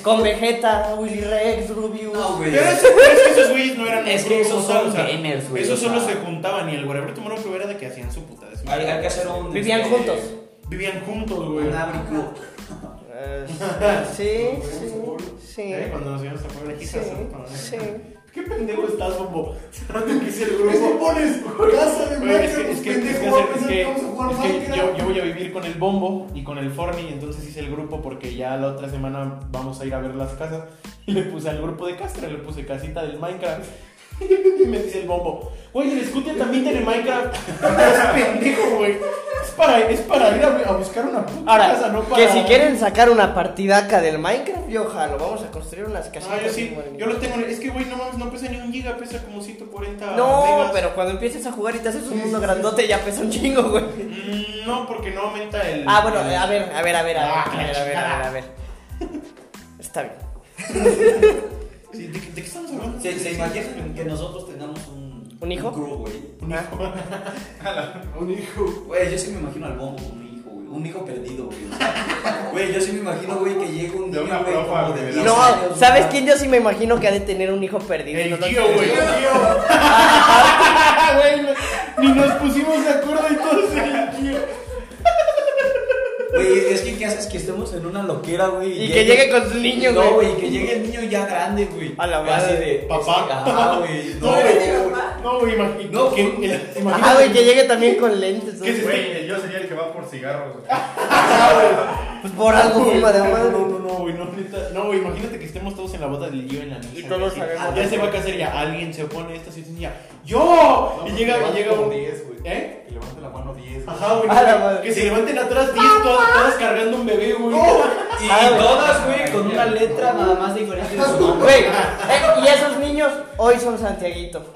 Speaker 1: Con Vegeta, Willy Rex, Rubius.
Speaker 3: No, güey.
Speaker 2: Pero es, pero es que esos güeyes no eran
Speaker 6: Es
Speaker 2: un
Speaker 6: que
Speaker 2: grupo
Speaker 6: esos
Speaker 2: solo,
Speaker 6: son gamers, güey,
Speaker 2: Esos
Speaker 6: o
Speaker 2: solo
Speaker 6: sea.
Speaker 2: se juntaban y el Whatever Tomorrow Crew era de que hacían su puta. de su-
Speaker 3: Hay, hay que hacer un.
Speaker 1: Vivían
Speaker 3: este,
Speaker 1: juntos.
Speaker 2: Vivían juntos, güey.
Speaker 3: Un abrigo.
Speaker 1: Eh, sí, sí, sí.
Speaker 2: ¿Eh? Cuando nos íbamos a poner aquí,
Speaker 1: Sí, sí.
Speaker 2: <laughs> ¿Qué pendejo estás, <laughs> Bombo? No te quise el grupo. Güey, es
Speaker 1: pues,
Speaker 2: que, es que, es que, es que- es que yo, yo voy a vivir con el bombo y con el Forni, y entonces hice el grupo porque ya la otra semana vamos a ir a ver las casas. Y le puse al grupo de Castra, le puse casita del Minecraft. <laughs> Y me dice el bombo, güey, el Scutia también tiene Minecraft. <laughs> Es pendejo, güey. Es para, es para ir a, a buscar una puta casa,
Speaker 1: Ahora,
Speaker 2: no para.
Speaker 1: que si quieren sacar una partidaca del Minecraft, yo jalo. Vamos a construir unas casitas.
Speaker 2: Ah, yo sí,
Speaker 1: igual.
Speaker 2: yo lo tengo. Es que, güey, no mames, no pesa ni un giga, pesa como 140
Speaker 1: No,
Speaker 2: megas.
Speaker 1: pero cuando empieces a jugar y te haces un mundo grandote, ya pesa un chingo, güey.
Speaker 2: Mm, No, porque no aumenta el.
Speaker 1: Ah, bueno,
Speaker 2: el-
Speaker 1: a ver, a ver, a ver, a
Speaker 2: Ah,
Speaker 1: ver, a ver, a ver, a ver, a ver. Está bien.
Speaker 2: Sí, ¿De, qué- de qué estamos hablando?
Speaker 3: ¿Se, se imaginan que nosotros tengamos un.
Speaker 1: ¿Un hijo?
Speaker 3: crew, güey.
Speaker 4: Un hijo.
Speaker 3: Güey, yo sí me imagino al bombo con un hijo, güey. Un hijo perdido, <laughs> güey. O sea, Güey, yo sí me imagino, güey, que llega un
Speaker 4: De
Speaker 3: niño,
Speaker 4: una
Speaker 3: güey,
Speaker 4: profa,
Speaker 3: como de
Speaker 4: güey, de
Speaker 3: diez
Speaker 4: la-
Speaker 1: No,
Speaker 3: años,
Speaker 1: ¿sabes
Speaker 3: güey.
Speaker 1: quién yo sí me imagino que ha de tener un hijo perdido? y
Speaker 2: El
Speaker 1: no lo
Speaker 2: tío,
Speaker 1: tiene?
Speaker 2: güey.
Speaker 1: <laughs>
Speaker 2: Güey, no- Ni nos pusimos de acuerdo y todos el tío.
Speaker 3: Güey, es que ¿qué haces? Que estemos en una loquera, güey.
Speaker 1: Y que llegue con su niño,
Speaker 3: No,
Speaker 1: güey.
Speaker 3: güey, que llegue el niño ya grande, güey.
Speaker 1: A la madre.
Speaker 3: Así de,
Speaker 2: Papá.
Speaker 3: Ah,
Speaker 1: <laughs>
Speaker 3: güey. No,
Speaker 2: No,
Speaker 3: güey.
Speaker 2: No, güey, imagínate.
Speaker 3: No,
Speaker 2: que,
Speaker 3: güey.
Speaker 2: el-
Speaker 1: Ah,
Speaker 2: imagínate-
Speaker 1: güey, que llegue también con lentes. ¿no?
Speaker 2: ¿Qué este? Ah, se-
Speaker 4: Güey, yo sería el que va por cigarros. güey.
Speaker 1: Pues por algo
Speaker 2: Güey,
Speaker 1: fuma de
Speaker 2: No, no,
Speaker 1: madre.
Speaker 2: no, no, güey, no, neta. No, güey, imagínate que estemos todos en la boda del lío en la misa.
Speaker 1: Y
Speaker 2: güey,
Speaker 1: todos
Speaker 2: así.
Speaker 1: sabemos.
Speaker 2: Ya se va a casar ya. Alguien se opone a esta situación y ya. ¡Yo! Y llega, y llega un.
Speaker 4: 10, güey.
Speaker 2: ¿Eh?
Speaker 4: Que levante la mano 10.
Speaker 2: Ajá, güey.
Speaker 1: A la
Speaker 2: no,
Speaker 1: madre.
Speaker 2: Que se levanten atrás 10 todas, todas cargando un bebé, güey.
Speaker 3: Y
Speaker 1: Ah,
Speaker 3: todas, güey, con una letra nada más diferente
Speaker 1: <laughs>
Speaker 3: de su nombre.
Speaker 1: Güey, eh, y esos niños hoy son Santiaguito.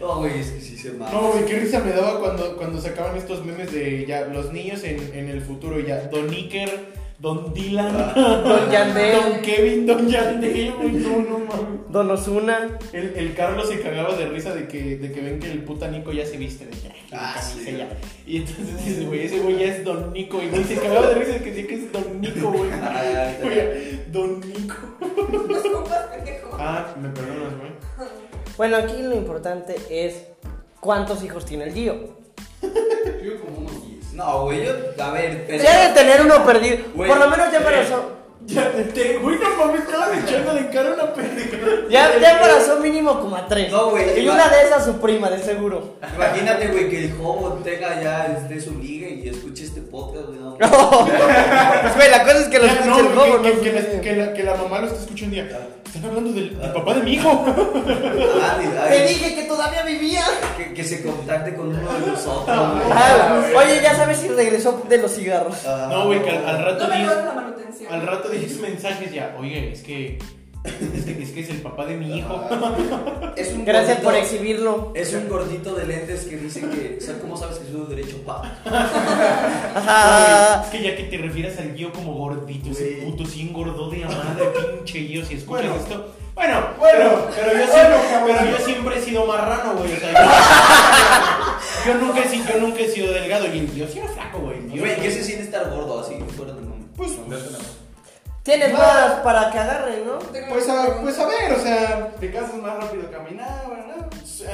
Speaker 3: No, güey, es que sí se mata.
Speaker 2: No, güey, qué risa me daba cuando, cuando sacaban estos memes de ya los niños en, en el futuro, ya Don Iker, Don Dylan,
Speaker 1: Ah. Don Yandel,
Speaker 2: Don Kevin,
Speaker 1: <laughs>
Speaker 2: Don Yandel, güey, no, no mames.
Speaker 1: Don Osuna.
Speaker 2: El, el Carlos se cagaba de risa de que, de que ven que el puta Nico ya se viste de ya,
Speaker 3: Ah,
Speaker 2: camisa
Speaker 3: sí.
Speaker 2: ya. Y entonces dice, güey, ese güey ya es Don Nico, y güey, se cagaba de risa de que decía que es Don Nico, <laughs> güey.
Speaker 3: Ah, está
Speaker 2: Güey, Don Nico.
Speaker 5: Disculpas, pendejo.
Speaker 2: Ah, me perdonas, güey.
Speaker 1: Bueno, aquí lo importante es cuántos hijos tiene el Gio.
Speaker 4: Yo como unos 10.
Speaker 3: No, güey, yo, a ver, pero.
Speaker 1: Ya <laughs> de tener uno perdido.
Speaker 3: Güey,
Speaker 1: Por lo menos ya
Speaker 3: eh,
Speaker 1: embarazó.
Speaker 2: Ya, te, güey, no mames, estabas echando de cara una pendejada.
Speaker 1: Ya, ya embarazó mínimo como a tres.
Speaker 3: No, güey,
Speaker 1: Y
Speaker 3: iba-
Speaker 1: una de esas su prima, de <laughs> seguro.
Speaker 3: Imagínate, güey, que el joven tenga ya este, su liga y escuche este podcast, güey.
Speaker 1: <laughs>
Speaker 3: No,
Speaker 1: Pues, güey, la cosa es que lo
Speaker 2: Ya,
Speaker 1: escuche
Speaker 2: no,
Speaker 1: el
Speaker 2: güey,
Speaker 1: bobo,
Speaker 2: que,
Speaker 1: no
Speaker 2: que- que
Speaker 1: su
Speaker 2: la,
Speaker 1: niño.
Speaker 2: que la- que la mamá lo esté escuchando un día. Están hablando del, del papá de mi hijo.
Speaker 3: Nadie,
Speaker 1: Te
Speaker 3: nadie.
Speaker 1: dije que todavía vivía.
Speaker 3: Que, que se contacte con uno de nosotros, güey.
Speaker 1: Ah, oye, ya sabes si regresó de los cigarros.
Speaker 3: Ah,
Speaker 2: No, güey, que al, al rato
Speaker 5: No me
Speaker 2: diez,
Speaker 5: ayudas la manutención.
Speaker 2: al rato diez mensajes ya. Oye, es que es que, es que es el papá de mi hijo.
Speaker 3: Es un
Speaker 1: Gracias por
Speaker 3: gordito-
Speaker 1: exhibirlo.
Speaker 3: Es un gordito de lentes que dice que, o sea, ¿cómo sabes que soy de derecho, pa?
Speaker 1: Ajá. Ah.
Speaker 2: Es que ya que te refieras al guío como gordito, ese
Speaker 4: Güey.
Speaker 2: puto sí engordó de amada, pinche guío, si escuchas
Speaker 4: Bueno.
Speaker 2: esto. Bueno,
Speaker 4: Bueno,
Speaker 2: pero, pero yo
Speaker 4: bueno,
Speaker 2: siempre,
Speaker 4: cabrón.
Speaker 2: pero yo siempre he sido marrano, güey. O sea, Yo nunca, he, sido- yo nunca he sido delgado y yo sí era flaco, güey. Yo-
Speaker 3: Güey, ¿qué se siente estar gordo así? Fuera de mamá.
Speaker 2: Pues,
Speaker 1: Tienes más para que agarren, ¿no?
Speaker 2: Pues a, pues a ver, o sea, te cansas más rápido caminar, ¿verdad?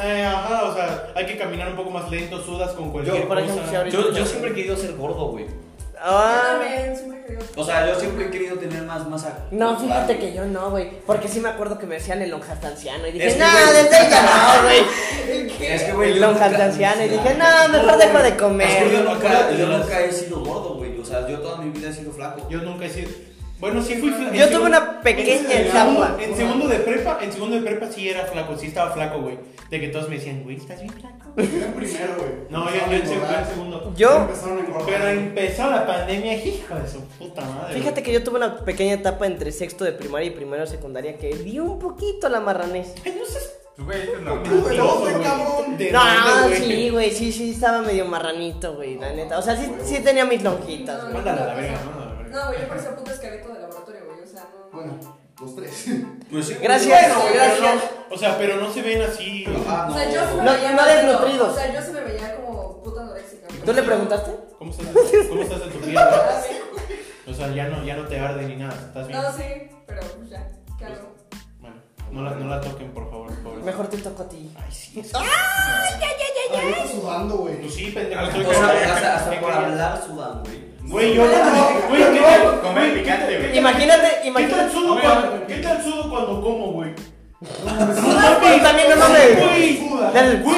Speaker 2: Eh, ajá, o sea, hay que caminar un poco más lento, sudas con cualquier
Speaker 1: Yo, por
Speaker 2: cosa.
Speaker 1: ejemplo, si ahorita-
Speaker 6: Yo, yo siempre he querido ser gordo, güey.
Speaker 5: Yo
Speaker 1: Ah.
Speaker 5: también siempre creo.
Speaker 3: O sea, yo siempre he querido tener más masa.
Speaker 1: No, fíjate que yo no, güey. Porque sí me acuerdo que me decían el lonjasta anciano. Y dije,
Speaker 3: Es que,
Speaker 1: no,
Speaker 3: güey.
Speaker 1: desde ya no, güey.
Speaker 3: Es que, güey,
Speaker 1: El
Speaker 3: yo
Speaker 1: lonjasta
Speaker 3: nunca-
Speaker 1: anciano. Y dije, no, mejor dejo de
Speaker 3: Es que yo
Speaker 1: comer.
Speaker 3: nunca, yo nunca he sido gordo, güey. O sea, yo toda mi vida he sido flaco.
Speaker 2: Yo nunca he sido. Bueno, sí fui flaco.
Speaker 1: Yo tuve una pequeña etapa.
Speaker 2: En segundo de prepa, en segundo de prepa sí era flaco, sí estaba flaco, güey. De que todos me decían, güey, estás bien flaco.
Speaker 4: Ah,
Speaker 7: Yo en primero, güey.
Speaker 2: No, yo, yo en segundo. yo en segundo.
Speaker 1: Yo,
Speaker 7: Empezaron a engordar.
Speaker 2: Pero empezó la pandemia, hijo de su puta madre.
Speaker 1: fíjate que yo tuve una pequeña etapa entre sexto de primaria y primero de secundaria que vi un poquito la marranés.
Speaker 2: que. No seas
Speaker 4: Güey, es normal.
Speaker 7: Tú de
Speaker 2: mentiroso,
Speaker 7: dónde,
Speaker 2: güey.
Speaker 7: cabrón.
Speaker 2: De
Speaker 1: No,
Speaker 2: dónde, güey.
Speaker 1: sí, güey, sí, sí, estaba medio marranito, güey, la neta. O sea, sí,
Speaker 7: Huevo.
Speaker 1: sí tenía mis lonjitas, güey.
Speaker 2: Mándala a la verga, mándala a la verga.
Speaker 5: No, güey, yo parecía puto esqueleto de laboratorio, güey. O sea, no.
Speaker 7: Bueno, los tres.
Speaker 3: Pues sí, güey.
Speaker 1: Gracias,
Speaker 2: Bueno, pero
Speaker 1: gracias.
Speaker 2: no- o sea, pero no se ven así.
Speaker 3: Ah,
Speaker 5: O sea, yo sí me
Speaker 1: No,
Speaker 5: veía.
Speaker 1: no desnutridos.
Speaker 5: O sea, yo sí me veía como puta anoréxica. güey.
Speaker 1: ¿Tú le preguntaste?
Speaker 2: ¿Cómo estás, de- ¿Cómo estás de tu piel? güey?
Speaker 5: Ah, sí.
Speaker 2: O sea, ya no, ya no te arde ni nada. ¿Estás bien?
Speaker 5: No, sí, pero pues, ya. ¿Qué hago?
Speaker 2: Bueno, no la, no la toquen, por favor, pobre.
Speaker 1: Mejor te toco a ti.
Speaker 2: Ay, sí. es-
Speaker 7: Ah, yo estoy sudando, güey.
Speaker 2: Pues sí, pendejo. estoy
Speaker 3: O sea,
Speaker 2: cagado.
Speaker 3: hasta, hasta
Speaker 2: Qué
Speaker 3: por
Speaker 2: cagado.
Speaker 3: hablar sudan, güey.
Speaker 2: Güey, yo no. Güey, ¿qué tal?
Speaker 4: Comer picante, güey.
Speaker 1: Imagínate,
Speaker 2: ¿Qué tal
Speaker 1: imagínate.
Speaker 2: sudo
Speaker 4: Oye,
Speaker 2: cuando, ¿qué tal sudo cuando como, güey?
Speaker 1: Ah, pero también no mames.
Speaker 2: Güey,
Speaker 1: Dale.
Speaker 2: güey,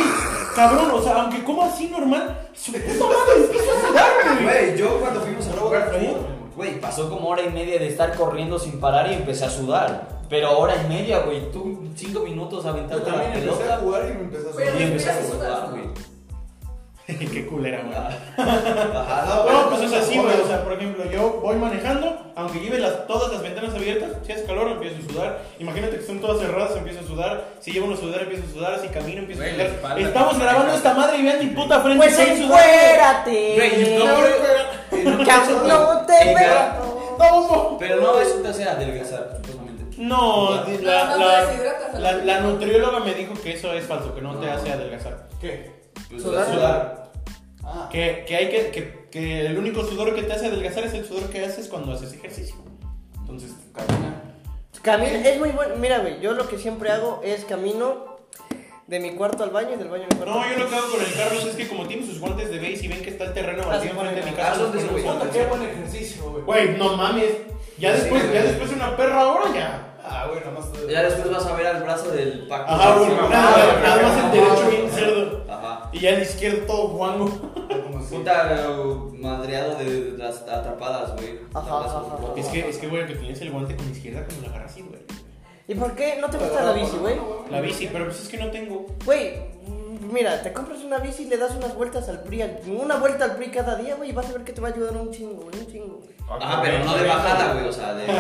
Speaker 2: cabrón, o sea, aunque coma así normal, su puta madre empiezo a sudarme, güey.
Speaker 3: Güey, yo cuando fuimos a Rogar
Speaker 2: Food,
Speaker 3: güey, pasó como hora y media de estar corriendo sin parar y empecé a sudar. Pero hora y media, güey, tú cinco minutos
Speaker 7: Yo
Speaker 3: aventando la
Speaker 7: también empecé a
Speaker 3: pelota
Speaker 7: jugar y me empecé
Speaker 5: Pero
Speaker 7: a
Speaker 5: pues,
Speaker 3: y
Speaker 7: sudar.
Speaker 3: empecé a
Speaker 5: respiras, sudas,
Speaker 3: sudar,
Speaker 5: ¿no?
Speaker 3: güey.
Speaker 2: <laughs> Qué culera, güey.
Speaker 3: Ajá.
Speaker 2: No, pues es así, güey. O sea, por ejemplo, yo voy manejando, aunque lleve las, todas las ventanas abiertas, si hace calor empiezo a sudar. Imagínate que están todas cerradas, empiezo a sudar. Si llevo una sudadera empiezo a sudar. Si camino, empiezo
Speaker 6: Güey, la
Speaker 2: a sudar.
Speaker 6: espalda
Speaker 2: Estamos
Speaker 6: también.
Speaker 2: grabando esta madre y vean mi puta frente.
Speaker 1: Pues
Speaker 2: estoy sudando.
Speaker 1: encuérate.
Speaker 3: Güey, no,
Speaker 1: Cam- No te
Speaker 3: Venga.
Speaker 1: veo.
Speaker 2: No,
Speaker 3: Pero no, eso te hace adelgazar, supuestamente.
Speaker 2: no,
Speaker 5: No,
Speaker 2: la,
Speaker 5: no te
Speaker 2: la,
Speaker 5: deshidratas a
Speaker 2: la,
Speaker 5: la
Speaker 2: la nutrióloga me dijo que eso es falso, que no, te hace adelgazar.
Speaker 7: ¿Qué?
Speaker 3: Pues
Speaker 1: Sudar.
Speaker 3: sudar.
Speaker 7: Ah,
Speaker 2: Que, que hay que, que, que el único sudor que te hace adelgazar es el sudor que haces cuando haces ejercicio. Entonces, camina.
Speaker 1: Camino, es muy bueno. Mira, güey, yo lo que siempre hago es camino de mi cuarto al baño y del baño a mi cuarto.
Speaker 2: No, yo lo que hago con el Carlos es que como tiene sus guantes de base y ven que está el terreno
Speaker 1: Ah, sí,
Speaker 2: vacío enfrente de mi
Speaker 3: Ah,
Speaker 2: casa, pues
Speaker 3: son de
Speaker 2: los
Speaker 3: su-
Speaker 2: ponemos
Speaker 7: puta, qué buen ejercicio, güey.
Speaker 2: Güey, no mames. Ya
Speaker 3: Sí,
Speaker 2: después,
Speaker 3: güey.
Speaker 2: ya después de una perra ahora ya.
Speaker 7: Ah, güey, nada más. te-
Speaker 3: Ya después vas a ver al brazo del Paco.
Speaker 2: Ajá, güey.
Speaker 4: mamá,
Speaker 2: Nada,
Speaker 4: güey,
Speaker 2: nada
Speaker 4: mamá,
Speaker 2: más el
Speaker 7: mamá,
Speaker 2: derecho
Speaker 7: mamá.
Speaker 2: bien cerdo.
Speaker 3: Ajá.
Speaker 2: Y ya el izquierdo todo guango.
Speaker 7: Como así.
Speaker 3: Puta eh, madreado de las atrapadas, güey.
Speaker 1: Ajá, ajá, ajá.
Speaker 3: Atrapadas.
Speaker 2: Es que, es que, güey, que tenías el guante con la izquierda como la agarras así, güey.
Speaker 1: ¿Y por qué no te gusta la bici, güey?
Speaker 2: La bici, pero pues es que no tengo.
Speaker 1: Güey, mm, mira, te compras una bici y le das unas vueltas al PRI, al- una vuelta al PRI cada día, güey, y vas a ver que te va a ayudar un chingo, güey, un chingo.
Speaker 4: <laughs>
Speaker 1: güey.
Speaker 3: Ajá, Ah, pero no de bajada, güey, o sea, de...
Speaker 1: <laughs>
Speaker 2: No,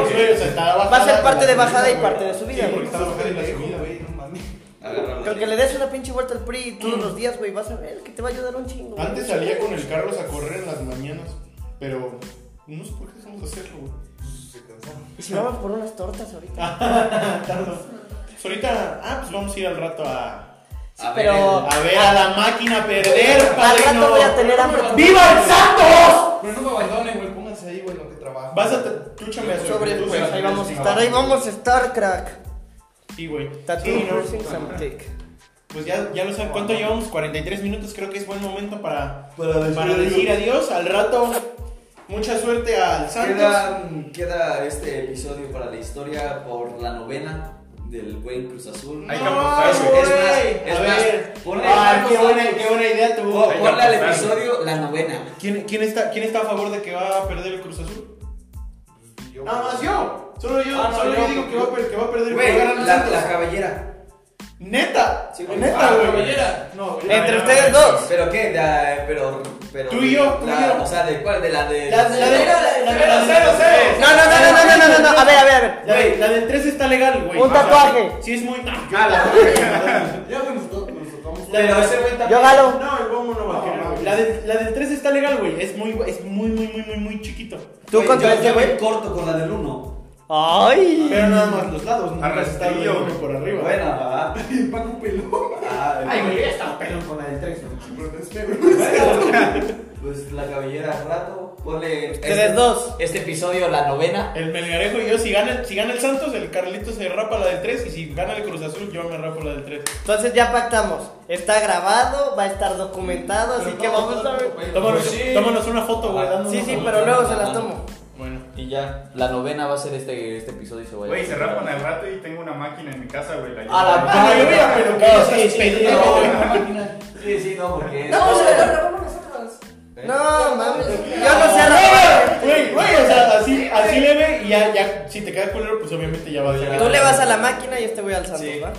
Speaker 2: pues, güey, o sea, estaba bajada.
Speaker 1: Va a ser parte de
Speaker 2: la-
Speaker 1: bajada y
Speaker 7: güey.
Speaker 1: parte de subida,
Speaker 2: Sí,
Speaker 1: güey.
Speaker 2: porque estaba bajada y la
Speaker 7: Pendejo,
Speaker 2: subida, güey.
Speaker 7: güey, no mames.
Speaker 3: Agarrar
Speaker 1: Con
Speaker 3: la-
Speaker 1: que le des una pinche vuelta al PRI todos los días, güey, vas a ver que te va a ayudar un chingo. güey.
Speaker 2: Antes salía con el Carlos a correr en las mañanas, pero no sé por qué dejamos de hacerlo, güey.
Speaker 7: Se cansaron.
Speaker 1: Y si vamos por unas tortas ahorita.
Speaker 2: Tardo. Pues ahorita, ah, pues vamos a ir al rato a,
Speaker 1: Sí,
Speaker 3: A ver,
Speaker 1: pero
Speaker 2: a ver a la máquina perder,
Speaker 1: al rato voy a
Speaker 2: padrino.
Speaker 1: tener hambre.
Speaker 2: ¡Viva el Santos!
Speaker 7: Pero no me abandonen, güey. Pónganse ahí, güey, lo que trabajo.
Speaker 2: Vas a, te- tú chame a su-
Speaker 1: Sobre,
Speaker 2: tú,
Speaker 1: pues,
Speaker 2: güey.
Speaker 1: ahí vamos a estar, ahí vamos a estar, crack.
Speaker 2: Sí, güey.
Speaker 1: Tattoo
Speaker 2: Sí, ¿no?
Speaker 1: piercings and dick.
Speaker 2: Pues ya, ya lo saben, ¿cuánto llevamos? 43 minutos, creo que es buen momento para,
Speaker 7: Para decir
Speaker 2: para decir adiós.
Speaker 7: adiós.
Speaker 2: Al rato, mucha suerte al Santos.
Speaker 3: Queda, queda este episodio para la historia por la novena del buen Cruz Azul.
Speaker 4: Hay que
Speaker 2: No,
Speaker 4: apostar,
Speaker 2: güey.
Speaker 4: güey.
Speaker 3: Es más, es
Speaker 2: A
Speaker 3: más,
Speaker 2: ver.
Speaker 3: ponle
Speaker 2: Ay,
Speaker 3: Marcos
Speaker 2: qué buena,
Speaker 3: Sánchez.
Speaker 2: qué buena idea tuvo.
Speaker 3: Po-
Speaker 4: Hay que
Speaker 3: Oh, Ponle al
Speaker 4: apostar,
Speaker 3: episodio la novena.
Speaker 2: ¿Quién, quién está, ¿Quién está a favor de que va a perder el Cruz Azul?
Speaker 7: Yo-
Speaker 2: Nada más yo. Solo Ah, yo,
Speaker 3: Ah, no,
Speaker 2: solo yo
Speaker 3: Ah, yo.
Speaker 2: digo que va, a per- que va a perder el
Speaker 3: Güey,
Speaker 2: que va a ganar el
Speaker 3: la,
Speaker 2: Santos.
Speaker 3: la cabellera.
Speaker 2: Neta.
Speaker 3: Sí, güey.
Speaker 2: neta,
Speaker 3: Ah,
Speaker 2: güey.
Speaker 3: cabellera.
Speaker 2: No, güey.
Speaker 1: Entre ustedes dos.
Speaker 3: ¿Pero qué? La- pero, pero,
Speaker 2: Tú y yo, tú
Speaker 3: la-
Speaker 2: y yo.
Speaker 3: O sea, ¿de cuál? De la de.
Speaker 2: La, la, de- la, la, la, la-
Speaker 7: Cero, cero.
Speaker 1: No, no, no, no, no, no, no, no, a ver, a ver, a ver.
Speaker 2: La, de- la del 3 está legal, güey.
Speaker 1: Un
Speaker 2: O sea,
Speaker 1: tatuaje.
Speaker 2: Sí, es muy. Ah,
Speaker 7: Ya que nos to- nos tocamos.
Speaker 3: Pero ese güey también.
Speaker 1: Yo galo.
Speaker 2: No, el bombo no va a
Speaker 7: Ah,
Speaker 2: querer, güey. La, de- la del 3 está legal, güey. Es muy, es muy, muy, muy, muy, muy chiquito.
Speaker 1: Tú
Speaker 3: Güey,
Speaker 1: contra
Speaker 3: yo-
Speaker 1: este
Speaker 3: yo
Speaker 1: güey.
Speaker 3: voy corto con la del 1.
Speaker 1: ¡Ay!
Speaker 2: Pero nada más los lados, no
Speaker 4: Al
Speaker 2: más está el
Speaker 4: rastrillo.
Speaker 2: uno por arriba.
Speaker 3: Bueno, va.
Speaker 7: Paco Pelón.
Speaker 3: Ah,
Speaker 2: Ay, güey, ya estaba pelón con la del 3.
Speaker 3: bueno, Pues la cabellera al rato. Ponle.
Speaker 1: Tres, dos.
Speaker 6: Este episodio, la novena.
Speaker 2: <laughs> El Melgarejo y yo, si gana, si gana el Santos, el Carlito se rapa la del 3. Y si gana el Cruz Azul, yo me rapo la del 3.
Speaker 1: Entonces ya pactamos. Está grabado, va a estar documentado, así que vamos a ver.
Speaker 2: Tómanos,
Speaker 6: Pues sí.
Speaker 2: tómanos una foto, güey.
Speaker 3: Ah,
Speaker 2: dándonos
Speaker 1: Sí, sí,
Speaker 2: una
Speaker 1: pero
Speaker 2: foto.
Speaker 1: luego se las tomo.
Speaker 2: Bueno,
Speaker 6: Y ya, la novena va a ser este, este episodio. Se va a
Speaker 4: Güey, se
Speaker 6: llamar.
Speaker 4: rapan al rato y tengo una máquina en mi casa, güey. La
Speaker 6: A la
Speaker 2: Ah, yo mira, pero que
Speaker 6: No,
Speaker 2: estás
Speaker 6: sí, sí,
Speaker 2: pendejo,
Speaker 6: no,
Speaker 2: güey.
Speaker 3: Sí, sí, no, porque.
Speaker 5: No, pues se lo robamos nosotros.
Speaker 1: No, mames. Yo no sé rapar.
Speaker 2: Güey, güey, o sea, así, así leve y ya, ya, si te queda culero, pues obviamente ya va a llegar.
Speaker 1: Tú le vas a la máquina y este voy al santo,
Speaker 2: Sí.
Speaker 1: ¿va?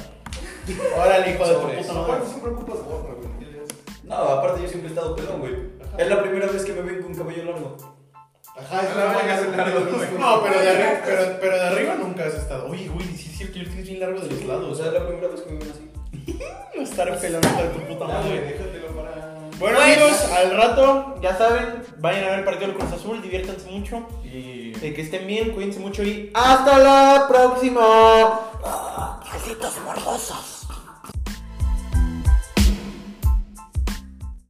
Speaker 2: Órale, hijo de tu puta
Speaker 3: Sobre eso.
Speaker 2: madre.
Speaker 7: Aparte, siempre ocupas gorra, güey. ¿Qué le haces?
Speaker 3: No, aparte yo siempre he estado pelón, güey. Es la primera vez que me ven con cabello largo.
Speaker 7: Ajá,
Speaker 2: Ah,
Speaker 4: La
Speaker 7: es una
Speaker 4: verga,
Speaker 7: buena-
Speaker 4: claro, güey.
Speaker 2: No, pero de, arriba, pero, pero de arriba nunca has estado. Oye, güey, sí es cierto, yo tienes bien largo de los
Speaker 3: O
Speaker 2: lados.
Speaker 3: sea, es la primera vez que me ven así.
Speaker 2: <laughs> No estar pelando de tu puta
Speaker 7: Ah, güey,
Speaker 2: madre.
Speaker 7: déjatelo para.
Speaker 2: Bueno,
Speaker 1: Pues-
Speaker 2: amigos, al rato, ya saben, vayan a ver el partido del Cruz Azul, diviértanse mucho.
Speaker 3: Y.
Speaker 2: De que estén bien, cuídense mucho y ¡hasta la próxima!
Speaker 1: Malditos morbosos.